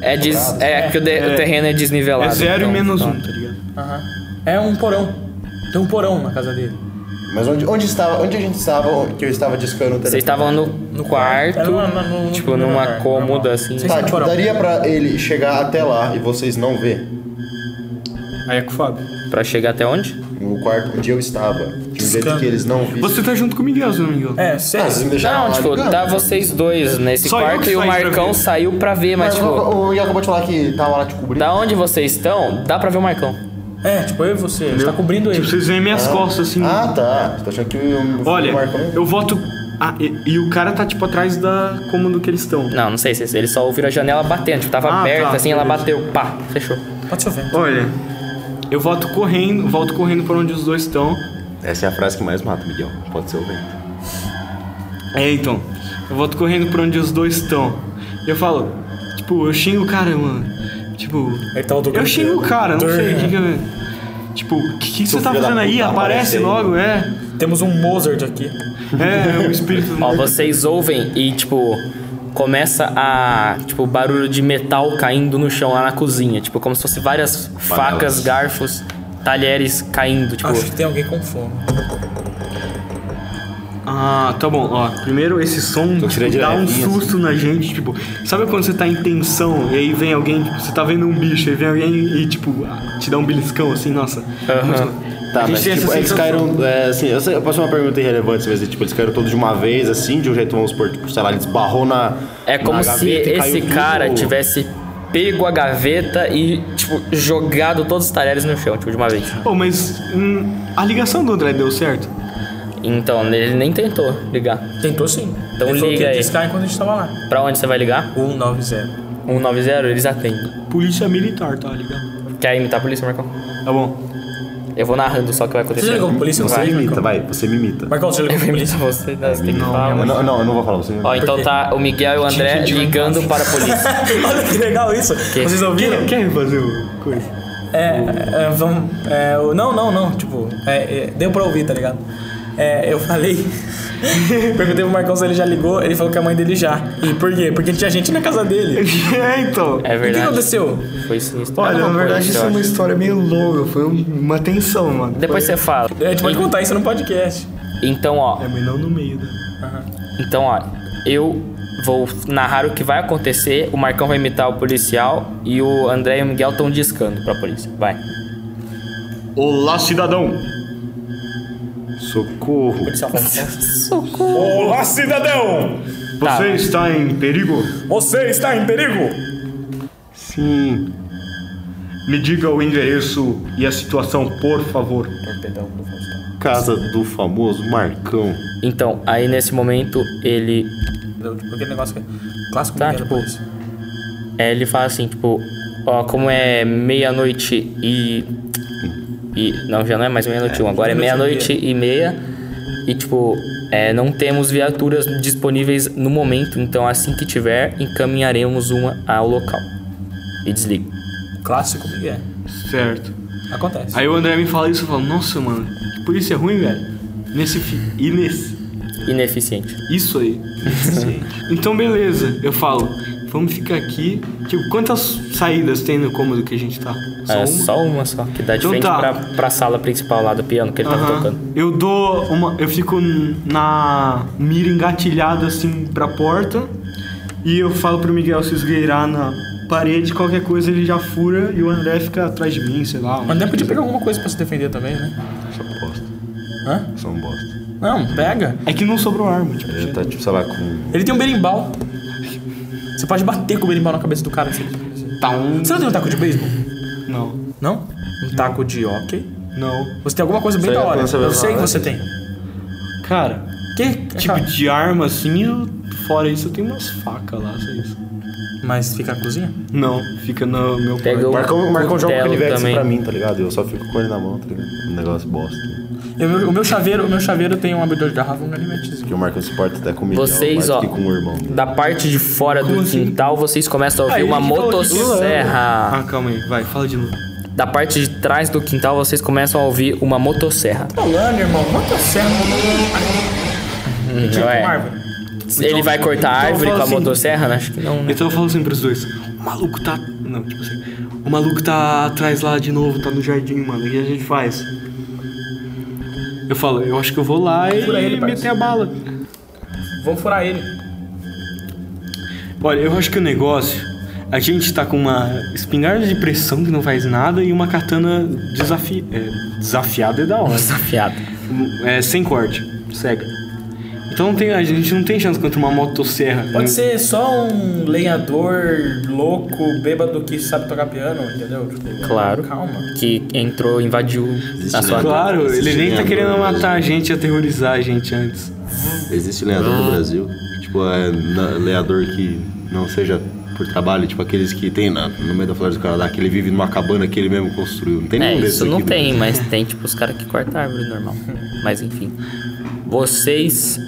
é-
é, des... é, que o, de- o terreno é desnivelado.
É zero
então,
e menos
então.
um, tá ligado?
Aham. É um porão. Tem um porão na casa dele.
Mas onde, onde, estava, onde a gente estava, que eu estava discando o telefone?
Vocês estavam no, no quarto,
Era uma- uma- uma-
tipo,
uma-
numa
uma-
cômoda assim.
Vocês-
Tá, tipo, daria pra ele chegar até lá e vocês não ver
Aí é com o Fábio.
Pra chegar até onde?
no quarto onde eu estava. De um jeito que eles não viram.
Você tá junto com o Miguel, se não me engano.
É, sério.
Ah, vocês me deixaram
Não,
lá então.
tipo,
ligando.
tá vocês dois nesse
Só eu
quarto
que
e o
saí pra
Marcão
ver.
saiu pra ver, mas,
Mas
tipo,
o Miguel acabou de falar que tava lá tipo, te cobrindo.
da onde vocês estão, dá pra ver o Marcão.
É, tipo, eu e você. Você tá
Entendeu?
cobrindo
Tipo,
ele.
vocês veem minhas costas assim.
Ah, né? tá. Você tá achando que o o
Olha,
Marco não-
eu voto. Ah, e, e o cara tá tipo atrás da cômodo que eles estão.
Não, não sei se eles só ouviram a janela batendo, tipo, tava
Ah,
aberta
tá,
assim, ela
beleza.
bateu, pá, fechou.
Pode chover.
Olha, eu voto correndo, volto correndo por onde os dois estão.
Essa é a frase que mais mata, Miguel. Pode ser o vento.
É, então. Eu volto correndo por onde os dois estão. E eu falo, tipo, eu xingo o cara, mano. Tipo.
Ele tá outro
eu xingo o cara, não
Dur-
sei o que que eu. Tipo, o que, que você tá
filho da
fazendo aí?
puta,
Aparece
aparece aí.
logo, é.
Temos um Mozart aqui.
É, o espírito
<laughs>
Ó,
morto.
vocês ouvem e, tipo, começa a. Tipo, barulho de metal caindo no chão lá na cozinha. Tipo, como se fosse várias facas, garfos, talheres caindo. Tipo,
Acho que tem alguém com fome.
Ah, tá bom, ó. Primeiro esse som tipo,
tirei de
dá um
levinha, assim.
susto na gente, tipo, sabe quando você tá em tensão e aí vem alguém, tipo, você tá vendo um bicho, aí vem alguém e tipo, te dá um beliscão assim, nossa.
Tá,
A gente
mas
tem
tipo,
essa
eles
sensação.
caíram. É, assim, eu, sei, eu posso fazer uma pergunta irrelevante, mas tipo, eles caíram todos de uma vez, assim, de um jeito, vamos supor, tipo, sei lá, ele esbarrou na.
<laughs> é
na
como se
gaveta e caiu
esse
tudo.
cara tivesse pego a gaveta e, tipo, jogado todos os talheres no chão, tipo, de uma vez.
Pô, mas hum, a ligação do André deu certo?
Então, ele nem tentou ligar.
Tentou sim.
Então
ele falou
liga
que ia
aí.
discar enquanto a gente tava lá.
Pra onde você vai ligar?
190.
190, eles atendem.
Polícia militar, tá ligado?
Quer imitar a polícia, Marcão?
Tá bom.
Eu vou narrando só o que vai acontecer.
Você já ligou pra polícia?
Você
Vai,
me imita,
Marcão.
vai, você me imita.
Marcão, você já ligou
Eu
pra
vou
polícia?
imitar você, né? você tem que falar.
Eu
mas-
Não, não, eu não vou falar, você me
Ó, então
quê?
tá o Miguel e o André
gente lá em
ligando para a
<laughs>
polícia.
Olha que legal isso. Vocês ouviram?
Quer fazer o coisa? <laughs>
É, é, vamos. é, o- não, não, não. Tipo, é, é, deu pra ouvir, tá ligado? É, eu falei. <laughs> Perguntei pro Marcão se ele já ligou. Ele falou que a mãe dele já. E por quê? Porque tinha gente na casa dele.
é, então.
É
E o que
verdade.
aconteceu?
Foi sinistro.
Olha,
Era
na
uma
verdade
coisa,
isso é
eu
uma
acho.
história meio longa, foi um- uma tensão, mano.
Depois você fala.
É, A gente pode contar isso no podcast.
Então, ó.
É, mas não no meio, né?
Então, ó. Eu vou narrar o que vai acontecer. O Marcão vai imitar o policial. E o André e o Miguel estão discando pra polícia. Vai.
Olá, cidadão!
Socorro.
Olá, cidadão!
Tá.
Você está em perigo?
Você está em perigo!
Sim.
Me diga o endereço e a situação, por favor.
Casa do famoso Marcão.
Então, aí nesse momento ele.
Entendeu? Tipo, aquele negócio que é clássico
Tá,
da
tipo,
polícia.
é, ele fala assim, tipo, ó, como é meia-noite e. E. Não, já não é mais meia-noite e um, agora é meia-noite
meia-noite
e meia. E tipo, é, não temos viaturas disponíveis no momento, então assim que tiver, encaminharemos uma ao local. E desliga.
Clássico que é.
Certo.
Acontece.
Aí o André me fala isso e fala, nossa, mano, que polícia ruim, velho. Nesse fi... E nesse...
Ineficiente.
Isso aí. então, beleza. Eu falo, vamos ficar aqui. Tipo, quantas saídas tem no cômodo que a gente tá? Só
é
uma?
só uma só, que dá de
Então
frente
tá.
pra, pra sala principal lá do piano que ele tava
Aham.
tocando.
Eu dou uma... Eu fico na mira engatilhada, assim, pra porta. E eu falo pro Miguel se esgueirar na parede. Qualquer coisa ele já fura e o André fica atrás de mim, sei lá.
Mas podia pegar alguma coisa pra se defender também, né?
Só um bosta.
Hã?
Só um bosta.
Não, pega.
É que não sobrou arma, tipo.
Ele tá tipo, sei lá, com.
Ele tem um berimbau. Você pode bater com o berimbau na cabeça do cara. se ele quiser.
Tá um...
Você não tem um taco de beisebol?
Não.
Não? Um taco de hockey?
Não.
Você tem alguma coisa bem
Você
da
ia
hora.
falar sobre
Eu
as
sei que
armas.
você tem.
Cara,
Que? Tá.
tipo
Cara,
de arma assim, eu, fora isso, eu tenho umas facas lá, só isso.
Mas fica na cozinha?
Não, fica no meu
Pega o
Marcão, Marcão joga
martelo
o Canivex
também.
pra mim, tá ligado? Eu só fico com ele na mão, tá ligado? Um negócio bosta.
E o meu, o meu chaveiro, o meu chaveiro tem um abridor de garrafa e um ganimetezinho.
Que o Marcos se porta até com o Miguel,
Vocês,
mais
ó,
que com o irmão.
da parte de fora do quintal, vocês começam a ouvir
Aí,
uma
que tá ouvindo.
motosserra.
Ah, calma aí, vai, fala de novo.
Da parte de trás do quintal, vocês começam a ouvir uma motosserra.
Então,
Falando, irmão, quanto é certo? Hum,
Não é? Ele vai cortar a
tipo,
árvore com
então eu falo
a
assim-
motosserra? né? Acho que não, né?
Então eu falo assim pros dois: o maluco tá. Não, tipo assim. O maluco tá atrás lá de novo, tá no jardim, mano. O que a gente faz? Eu falo, eu acho que eu vou lá e
ele, parça.
meter a bala.
Vamos furar ele.
Olha, eu acho que o negócio. A gente tá com uma espingarda de pressão que não faz nada e uma katana desafi... é, desafiada é da hora.
Desafiado.
É, sem corte, cega. Então não tem- a gente não tem chance contra uma motosserra.
Pode
né?
ser só um lenhador louco, bêbado que sabe tocar piano, entendeu? Tipo,
Claro.
Calma.
Que entrou, invadiu a sua
né?
Claro, ele nem tá
Existe
querendo
lenhador.
matar a gente e aterrorizar a gente antes.
Existe lenhador no Brasil? Tipo, é na- lenhador que não seja por trabalho, tipo aqueles que tem na- no meio da floresta do Canadá, que ele vive numa cabana que ele mesmo construiu. Não tem
É,
nenhum desses
isso não
aqui no
tem,
Brasil.
mas tem tipo os caras que cortam a árvore normal. Mas enfim. Vocês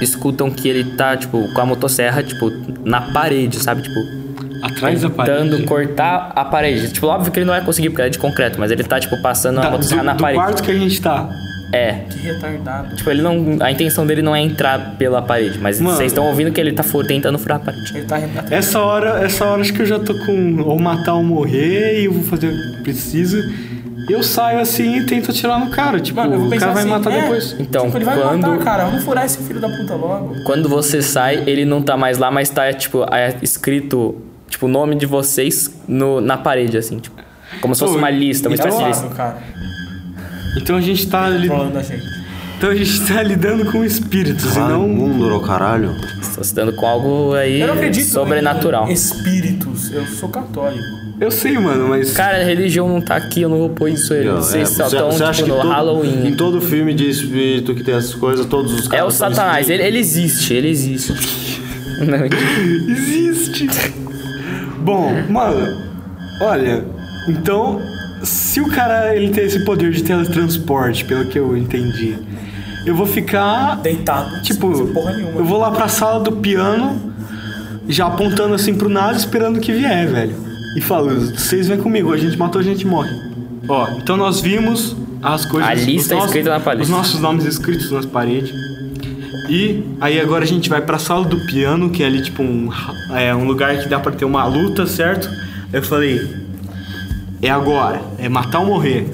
escutam que ele tá, tipo, com a motosserra, tipo, na parede, sabe? Tipo,
Atrás da
tentando
parede.
cortar a parede. Tipo, óbvio que ele não vai conseguir porque é de concreto, mas ele tá, tipo, passando a
Da,
motosserra
do,
na
do
parede.
quarto que a gente tá.
É.
Que retardado.
Tipo, ele não. A intenção dele não é entrar pela parede, mas
Mano.
vocês estão ouvindo que ele tá fu- tentando furar a parede.
Ele tá retardado.
Essa hora, essa hora acho que eu já tô com ou matar ou morrer e eu vou fazer o que preciso. Eu saio assim e tento atirar no cara. Tipo,
Mano, eu vou
o
pensar
cara vai
assim,
matar
é,
depois.
Então,
Tipo, ele vai
quando. É
matar, cara. Vamos furar esse filho da puta logo.
Quando você sai, ele não tá mais lá, mas tá, tipo, é escrito, tipo, o nome de vocês no, na parede, assim, tipo. Como se fosse
Pô,
uma lista, uma
tá
então,
espécie de lista.
Claro, cara.
Então a gente tá, li-
Trolando a gente.
então a gente tá lidando com espíritos
Ah,
e não.
mundo, ô caralho.
Você tá se dando com algo aí
Eu não acredito né?
sobrenatural.
em espíritos. Eu sou católico.
Eu sei, mano, mas.
Cara, a religião não tá aqui, eu não vou pôr isso aí.
Não,
Vocês
é,
só
você-
estão,
você acha
tipo,
que
no
todo- Em
Halloween.
todo filme de espírito que tem essas coisas, todos os
É
caras.
o
são
Satanás, ele, ele existe, ele
<laughs>
existe. Não,
Existe! Bom, mano, olha, então, se o cara ele tem esse poder de teletransporte, pelo que eu entendi, eu vou ficar.
Deitado.
Tipo,
Sem porra nenhuma.
eu vou lá pra sala do piano, já apontando assim pro nada, esperando que vier, velho. E falo, vocês vêm comigo, a gente matou, a gente morre. Ó, então nós vimos as coisas.
A
os
lista
nossos-
escrita na palestra.
Os nossos nomes escritos nas paredes. E aí agora a gente vai pra sala do piano, que é ali tipo um, ra- é, um lugar que dá pra ter uma luta, certo? Eu falei, é agora, é matar ou morrer.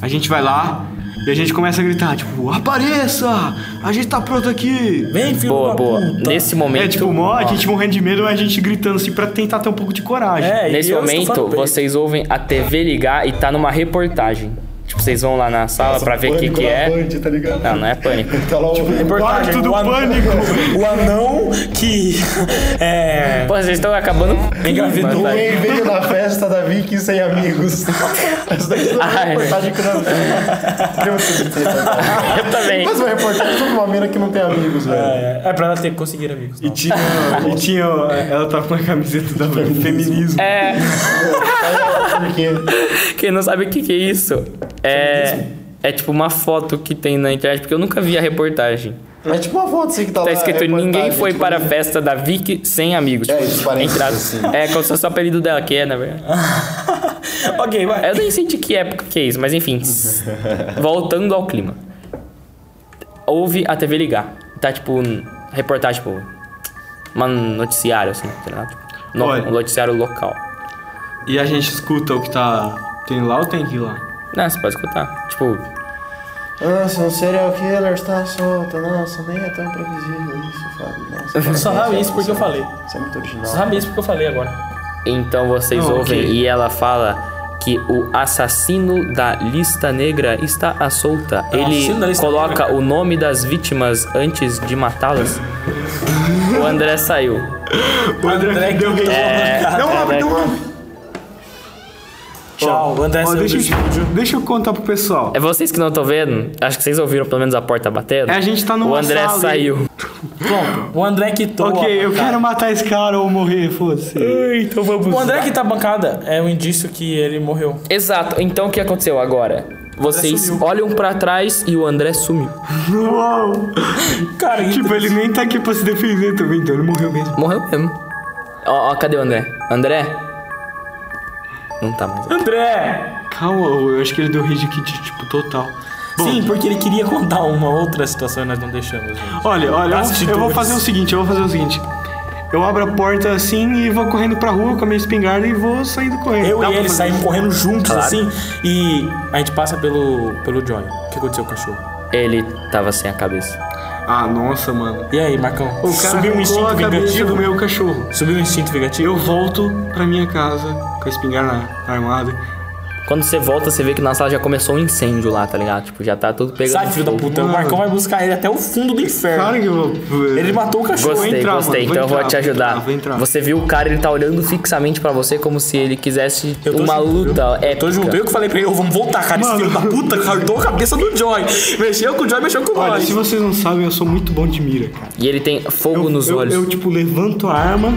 A gente vai lá e a gente começa a gritar, tipo, apareça! A gente tá pronto aqui!
Vem, filho
boa,
da
boa.
puta.
Nesse momento.
É, tipo, mó, a gente morrendo de medo, mas a gente gritando assim pra tentar ter um pouco de coragem.
É, e
Nesse
eu estufando
momento,
o peito.
vocês ouvem a TV ligar e tá numa reportagem. Tipo, vocês vão lá na sala pra ver o que,
Pânico
que
na
é.
Band, tá ligado?
Não, não é pânico.
Tá lá o-
tipo-
Reportagem,
Quarto do
o anão-
pânico!
O anão que. <laughs> É.
Pô, vocês estão acabando.
Engravidou.
Mas,
Quem veio na festa da Vicky sem
<laughs>
amigos. Essa daqui não é uma
Ai.
reportagem que não Lembra que eu disse, tá?
Ah, Eu também.
Mas uma reportagem sobre uma mina que não tem amigos, velho.
É, é pra ela ter que conseguir amigos.
<laughs> E tinha, e tinha, ó, ela tava com a camiseta da feminismo.
É,
Porque
quem não sabe o que, que é isso, é, é tipo uma foto que tem na internet, porque eu nunca vi a reportagem.
é tipo uma foto assim que tá, lá.
Tá escrito:
reportagem,
Ninguém foi
tipo,
para a festa da Vicky sem amigos. Tipo,
É, isso parece
Entre as-
assim.
É, como se fosse o apelido dela, que é, na
<laughs>
verdade.
ok, vai.
Eu nem sei de que época que é isso, mas
<laughs>
enfim. Voltando ao clima. Houve a TV ligar. Tá tipo, um reportagem, tipo, uma noticiário, assim, tá ligado? Tipo, no-
Olha.
um noticiário local.
E a gente escuta o que tá. Tem lá ou tem aqui lá?
Não, você pode escutar. Tipo,
Nossa, um serial killer está solto. Nossa, nem é tão previsível isso, Fábio. Nossa,
Eu só
parabéns,
sabe isso porque eu falei.
Isso é muito
Só
original.
sabe isso porque eu falei agora.
Então vocês
Não,
ouvem
ok.
e ela fala que o assassino da lista negra está à solta.
É
assassino da
Ele
lista
coloca o nome das vítimas antes de
<laughs>
matá-las. o André saiu.
O André,
André
deu
que-
rei. não abre, não abre.
Tchau, o André
Ó,
saiu
deixa,
é do
eu, deixa eu contar pro pessoal.
É vocês que não estão vendo? Acho que vocês ouviram pelo menos a porta batendo.
É, a gente tá numa
O André
sala,
saiu.
Pronto, o André quitou.
Ok,
a
eu
bancada.
quero matar esse cara ou morrer, foda-se.
O André que tá bancada é um indício que ele morreu.
Exato. Então o que aconteceu agora? Vocês olham pra trás e o André sumiu.
Uau!
Cara, que
Tipo, ele nem tá aqui pra se defender também, então ele morreu mesmo.
Morreu mesmo. Ó, ó, cadê o André? André? Não tá mais.
André!
Calma, eu acho que ele deu rage kit, tipo, total. Bom,
Sim, porque ele queria contar uma outra situação e nós não deixamos. gente.
Olha, olha, eu vou, eu vou
Atitudes.
fazer o seguinte, eu vou fazer o seguinte. Eu abro a porta assim e vou correndo pra rua com a minha espingarda e vou saindo correndo.
Eu
Dá
e
pra
ele
fazer
saímos
isso?
correndo juntos, assim, e a gente passa pelo, pelo Johnny. O que aconteceu com o cachorro?
Ele tava sem a cabeça.
Ah, nossa, mano.
E aí, Marcão?
O
subiu
cara
um
arrancou
instinto
a cabeça do
vingativo?
meu cachorro.
Subiu um instinto vingativo?
Eu volto pra minha casa com a espingarda armada.
Quando você volta, você vê que na sala já começou um incêndio lá, tá ligado? Tipo, já tá tudo pegando.
Sai, filho da
fogo.
puta. O Marcão vai buscar ele até o fundo do inferno.
Claro que eu vou.
Ele matou o cachorro.
Gostei,
Vou entrar,
gostei.
mano,
então eu
vou
vou te
entrar, vou
ajudar.
entrar, vou entrar.
Você viu o cara, ele tá olhando fixamente pra você como se ele quisesse
Eu tô
uma
junto,
luta épica.
Tô junto, eu que falei pra ele, ô, vamos voltar, cara. Esse filho da puta cortou a cabeça do Joy. Mexeu com o Joy, mexeu com o
Olha,
nós.
se vocês não sabem, eu sou muito bom de mira, cara.
E ele tem fogo
Eu,
nos
eu-
olhos.
eu, tipo, levanto a arma,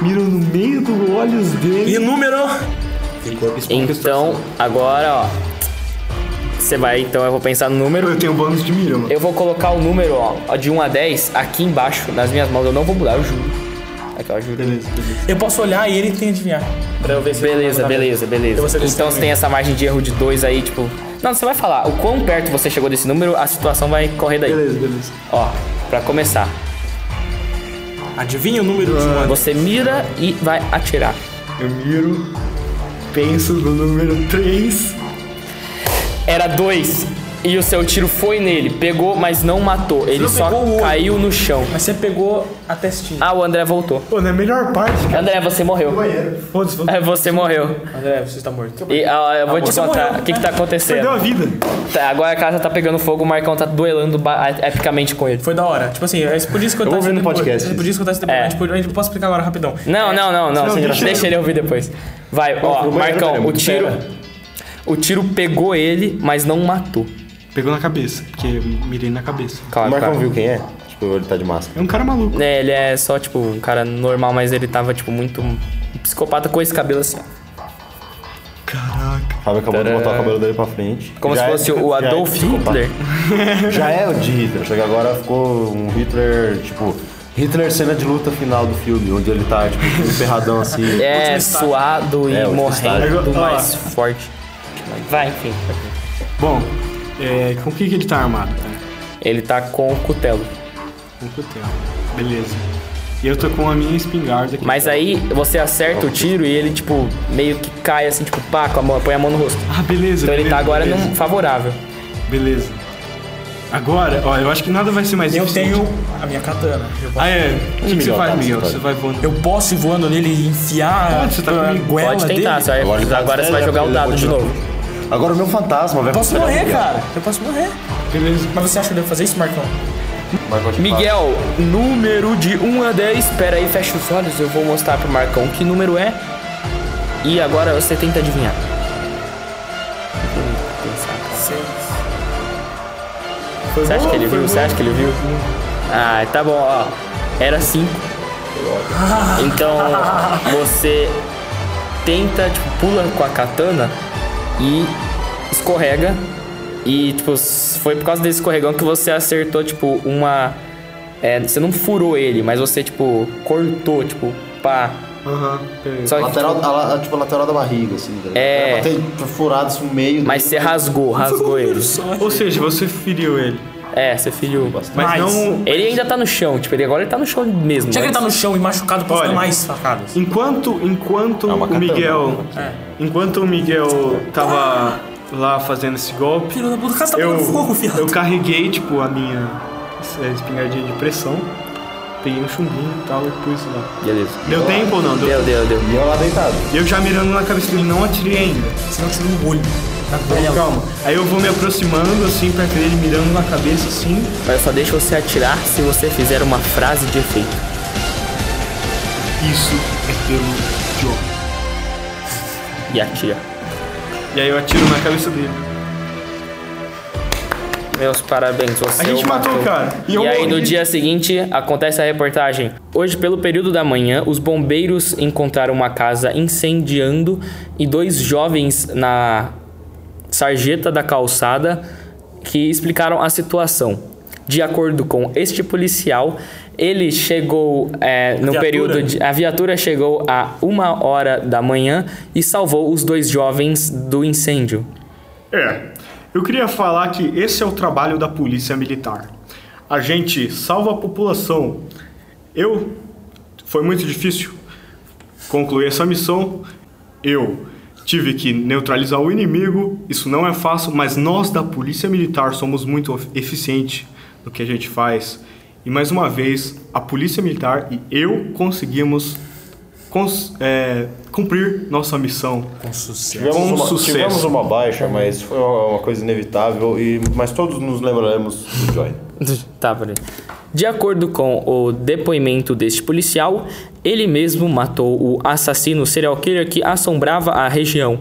miro no meio dos olhos dele.
E número.
Então, agora, ó. Você vai, então eu vou pensar no número.
Eu tenho bônus de mira, mano.
Eu vou colocar o número, ó, de 1 a 10 aqui embaixo, nas minhas mãos. Eu não vou mudar, eu juro. Aqui, ó, eu juro.
Beleza, beleza.
Eu posso olhar e ele tem que adivinhar. Pra eu ver se ele
Beleza,
vai
beleza, beleza.
Eu vou ser desse
Então você
também.
tem essa margem de erro de 2 aí, tipo. Não, você vai falar o quão perto você chegou desse número, a situação vai correr daí.
Beleza, beleza.
Ó, pra começar,
Adivinha o número de um.
você mira e vai atirar.
Eu miro, penso no número 3.
Era 2 e o seu tiro foi nele, pegou, mas não matou. Ele
não
só
pegou o olho.
caiu no chão.
Mas você pegou a testinha.
Ah, o André voltou.
Pô, na melhor parte, cara.
André, você morreu.
Foda-se,
É, <laughs>
foda-se.
Você morreu.
André, é, você está morto.
E ó, eu vou te
você
contar
morreu,
o que, que tá acontecendo.
Perdeu a vida.
Tá, agora a casa tá pegando fogo, o Marcão tá duelando ba- epicamente com ele.
Foi da hora. Tipo assim, você podia escutar
Eu vou
isso
ver no
depois.
podcast
Você podia escutar isso depois.
É.
A gente podia- a gente pode explicar agora rapidão.
Não,
É.
não, não, não.
deixa
deixa, ele
ele-
ouvir depois. Vai, ó,
pro banheiro,
Marcão,
velho,
o tiro. O tiro pegou ele, mas não matou.
Pegou na cabeça, porque eu mirei na cabeça.
O
Claro,
Marcão
claro.
viu quem é? Tipo, ele tá de máscara.
É um cara maluco.
É, ele é só, tipo, um cara normal, mas ele tava, tipo, muito psicopata com esse cabelo assim. ó.
Caraca.
O Fábio acabou de botar o cabelo dele pra frente.
Como
Já
se
é-
fosse o
já é
Adolf
psicopata. <laughs>
Hitler.
Já é o de Hitler, só que agora ficou um Hitler, tipo, Hitler cena de luta final do filme, onde ele tá, tipo, todo ferradão assim.
<laughs> É, suado e
É, último estágio.
morrendo
Agora-
mais forte. Vai, enfim.
Bom, é, com o que, que ele tá armado, cara?
Ele tá com o cutelo.
Com o cutelo. Beleza. E eu tô com a minha espingarda aqui.
Mas aí você acerta o tiro e ele, tipo, meio que cai assim, tipo, pá, com a mão, põe a mão no rosto.
Ah, beleza.
Então ele
beleza,
tá agora
beleza,
num favorável.
Beleza. Agora, ó, eu acho que nada vai ser mais
Eu
difícil.
tenho a minha katana. Eu posso-
Ah, é. O que, que você
Miguel,
faz,
tá,
Miguel?
você
Você vai voando.
Eu posso ir voando nele e enfiar
Ah, você tá
a
comigo.
goela
Pode
dele?
tentar, você vai-
Agora ele
agora,
tá
você vai
velho,
jogar o
ele
dado
vai
de
continuar.
novo.
Agora o meu fantasma vai
Posso
aconselhar o
morrer,
Miguel.
cara. Eu posso morrer.
Beleza.
Mas você acha que eu devo fazer isso, Marcão?
Marcão de
Miguel, número de 1 a 10. Espera aí, fecha os olhos, eu vou mostrar pro Marcão que número é. E agora você tenta adivinhar. Você acha que ele viu? Você acha que ele viu? Ah, tá bom, ó. Era 5. Então você tenta, tipo, pula com a katana e escorrega. E, tipo, s- foi por causa desse escorregão que você acertou, tipo, uma. é, você não furou ele, mas você, tipo, cortou, tipo, pá.
Aham, beleza.
Só que,
Lateral, a, la- tipo, a lateral da barriga, assim. tá ligado?
É.
Era pra ter furado isso no meio.
mas você rasgou, rasgou ele.
Ou seja, você feriu ele.
É, você filho.
Mas,
Mas-
não.
Ele ainda tá no chão, tipo, ele agora ele tá no chão mesmo.
Já que ele tá
mas-
no chão e machucado, eu posso
Olha.
dar mais facadas.
Enquanto, enquanto
É uma
o
katana.
Miguel. É. Enquanto o Miguel tava lá fazendo esse golpe,
Filho da puta, o cara tá
eu,
pegando fogo, filho.
eu carreguei, tipo, a minha é, espingardinha de pressão. Peguei um chumbinho e tal e pus lá.
Beleza.
Deu tempo ou não? Deu.
Deu, deu, deu.
E eu lá deitado.
E Eu já mirando na cabeça dele, não atirei ainda.
Senão eu tiro no olho. Na goela.
Calma. Aí eu vou me aproximando assim perto dele, mirando na cabeça assim.
Mas eu só deixa você atirar se você fizer uma frase de efeito.
Isso é pelo jogo.
E atira.
E aí eu atiro na cabeça dele.
Meus parabéns, você é
A gente
o
matou o cara. E,
E
eu
aí,
morri.
no dia seguinte, acontece a reportagem. Hoje, pelo período da manhã, os bombeiros encontraram uma casa incendiando e dois jovens na sarjeta da calçada que explicaram a situação. De acordo com este policial, ele chegou é, no
viatura?
período de. A viatura chegou a uma hora da manhã e salvou os dois jovens do incêndio.
É, eu queria falar que esse é o trabalho da polícia militar. A gente salva a população. Eu. Foi muito difícil concluir essa missão. Eu tive que neutralizar o inimigo. Isso não é fácil, mas nós da polícia militar somos muito eficientes no que a gente faz. E mais uma vez, a polícia militar e eu conseguimos cons- é, cumprir nossa missão.
Tivemos
Um
uma,
sucesso.
tivemos uma baixa, mas foi uma uma coisa inevitável, e, mas todos nos lembraremos do Joy.
<laughs> Tá, peraí. De acordo com o depoimento deste policial, ele mesmo matou o assassino serial killer que assombrava a região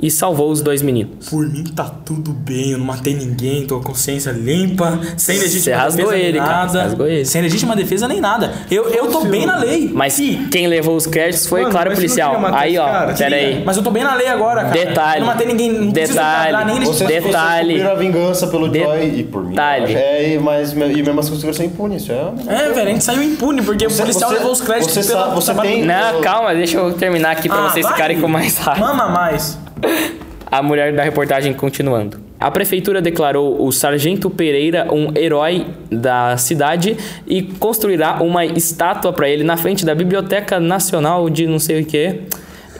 e salvou os dois meninos.
Por mim tá tudo bem, eu não matei ninguém, tô com a consciência limpa, sem
Você
legítima
rasgou
defesa
ele,
nem
cara,
nada.
você rasgou ele.
Sem legítima defesa nem nada. Eu, eu tô bem na lei.
Mas quem levou os créditos foi,
Mano,
claro, o
mas você não
policial.
queria matar
Aí,
esse
ó,
cara?
pera aí.
Mas eu tô bem na lei agora, cara.
Detalhe.
Eu não matei ninguém, não preciso
Detalhe.
guardar nem
Você-
legítima.
Vocês
Detalhe.
conseguiram a vingança pelo
De-
Joy e por mim.
Detalhe.
É, e, mas, e mesmo assim conseguiram ser impune, isso é...
É, velho, a gente saiu impune, porque o policial levou os créditos
você,
pela
sa- você
trabalho-
tem...
Não, calma, deixa eu terminar aqui pra
Ah,
vocês
vai.
ficarem com mais raiva.
Mama mais.
A mulher da reportagem continuando. A prefeitura declarou o sargento Pereira um herói da cidade e construirá uma estátua para ele na frente da Biblioteca Nacional de não sei o que.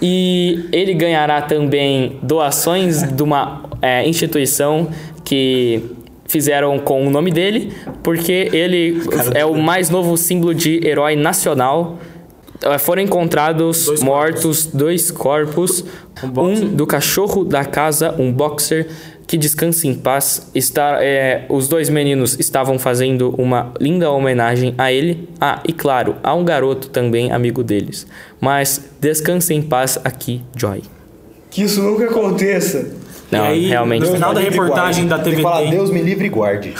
E ele ganhará também doações de uma é, instituição que fizeram com o nome dele, porque ele é o mais novo símbolo de herói nacional. Eh, Foram encontrados mortos dois corpos, um do cachorro da casa, um boxer que descansa em paz. Está, eh, os dois meninos estavam fazendo uma linda homenagem a ele. Ah, e claro, há um garoto também amigo deles. Mas descanse em paz aqui, Joy.
Que isso nunca aconteça.
Não,
aí,
realmente.
no final da reportagem da
Tem
TVT.
que falar, Deus me livre e
<laughs>
guarde.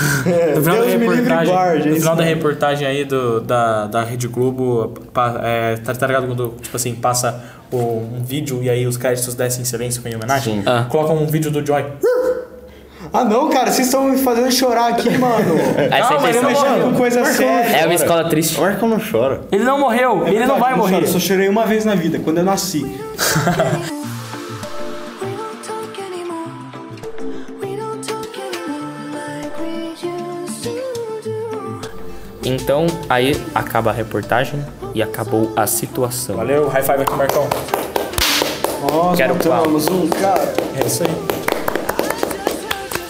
No final
Deus
da
me livre e
reportagem,
guarde,
no
é isso
final da
mesmo.
reportagem aí do, da, da Rede Globo, pa- é, tá, tá ligado quando, tipo assim, passa o- um vídeo e aí os créditos descem em silêncio em homenagem?
Ah.
Colocam um vídeo do Joy.
Ah não, cara, vocês estão me fazendo chorar aqui, mano.
Essa é
Calma, ele
intenção-
não
Mexendo com Tá coisa séria.
é uma escola triste.
Marco não chora.
Ele não morreu,
É
ele não vai morrer.
Eu só chorei uma vez na vida, quando eu nasci.
We don't talk anymore. We don't talk anymore like we used to do.
Então, aí acaba a reportagem e acabou a situação.
Valeu, high five aqui, Marcão.
Nós
Quero
matamos um cara.
É isso aí.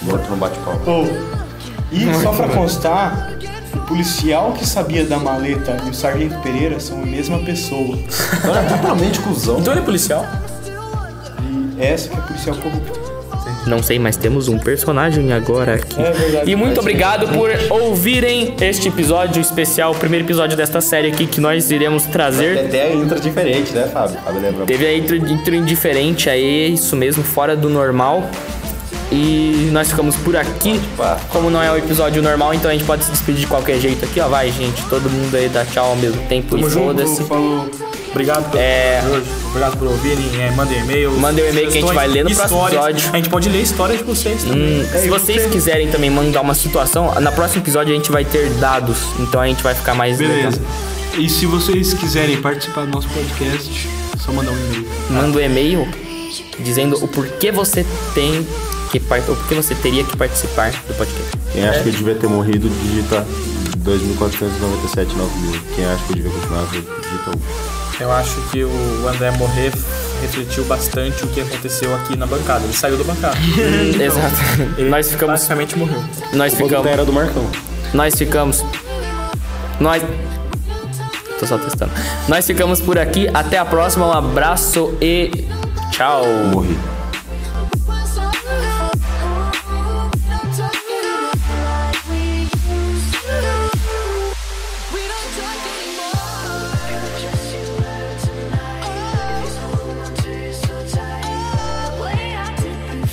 Morto no bate-papo.
Pô, E só pra constar, o policial que sabia da maleta e o sargento Pereira são a mesma pessoa.
Cara, é totalmente cuzão.
Então ele é policial?
E essa que é policial corrupto.
Não sei, mas temos um personagem agora aqui.
É
e muito obrigado por ouvirem este episódio especial, o primeiro episódio desta série aqui que nós iremos
É
trazer.
até a intro diferente, né, Fábio? Fábio lembra.
Teve a intro, intro indiferente aí, isso mesmo, fora do normal. E nós ficamos por aqui. Como não é o episódio normal, então a gente pode se despedir de qualquer jeito aqui, ó. Vai, gente, todo mundo aí dá tchau ao mesmo tempo e foda-se.
Obrigado pelo
É.
de hoje. Obrigado por ouvirem. É, mandem e-mail.
Mandem um e-mail que a gente vai ler no próximo episódio.
A gente pode ler histórias de vocês também.
Hum,
É,
se vocês quiserem também mandar uma situação, na próximo episódio a gente vai ter dados, então a gente vai ficar mais
Beleza. E se vocês quiserem participar do nosso podcast, só mandar um e-mail.
manda um e-mail dizendo o porquê você tem que participar, o porquê você teria que participar do podcast.
Quem acha que eu devia ter morrido, digita 2497 9000. Quem acha que eu devia continuar, digita um.
Eu acho que o André morrer refletiu bastante o que aconteceu aqui na bancada. Ele saiu da bancada.
Então,
Exato.
Ele
nós ficamos,
basicamente morreu.
nós
o da
ficamos,
era do Marcão.
nós ficamos, nós Tô só testando. Nós ficamos por aqui, até a próxima, um abraço e tchau.
Morri.
What's up? We don't talk anymore like we used to do. We don't talk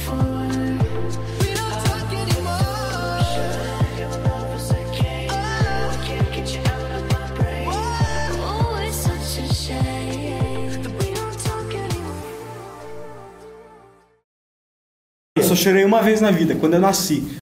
Oh,
anymore.
só chorei uma vez na vida, quando eu nasci.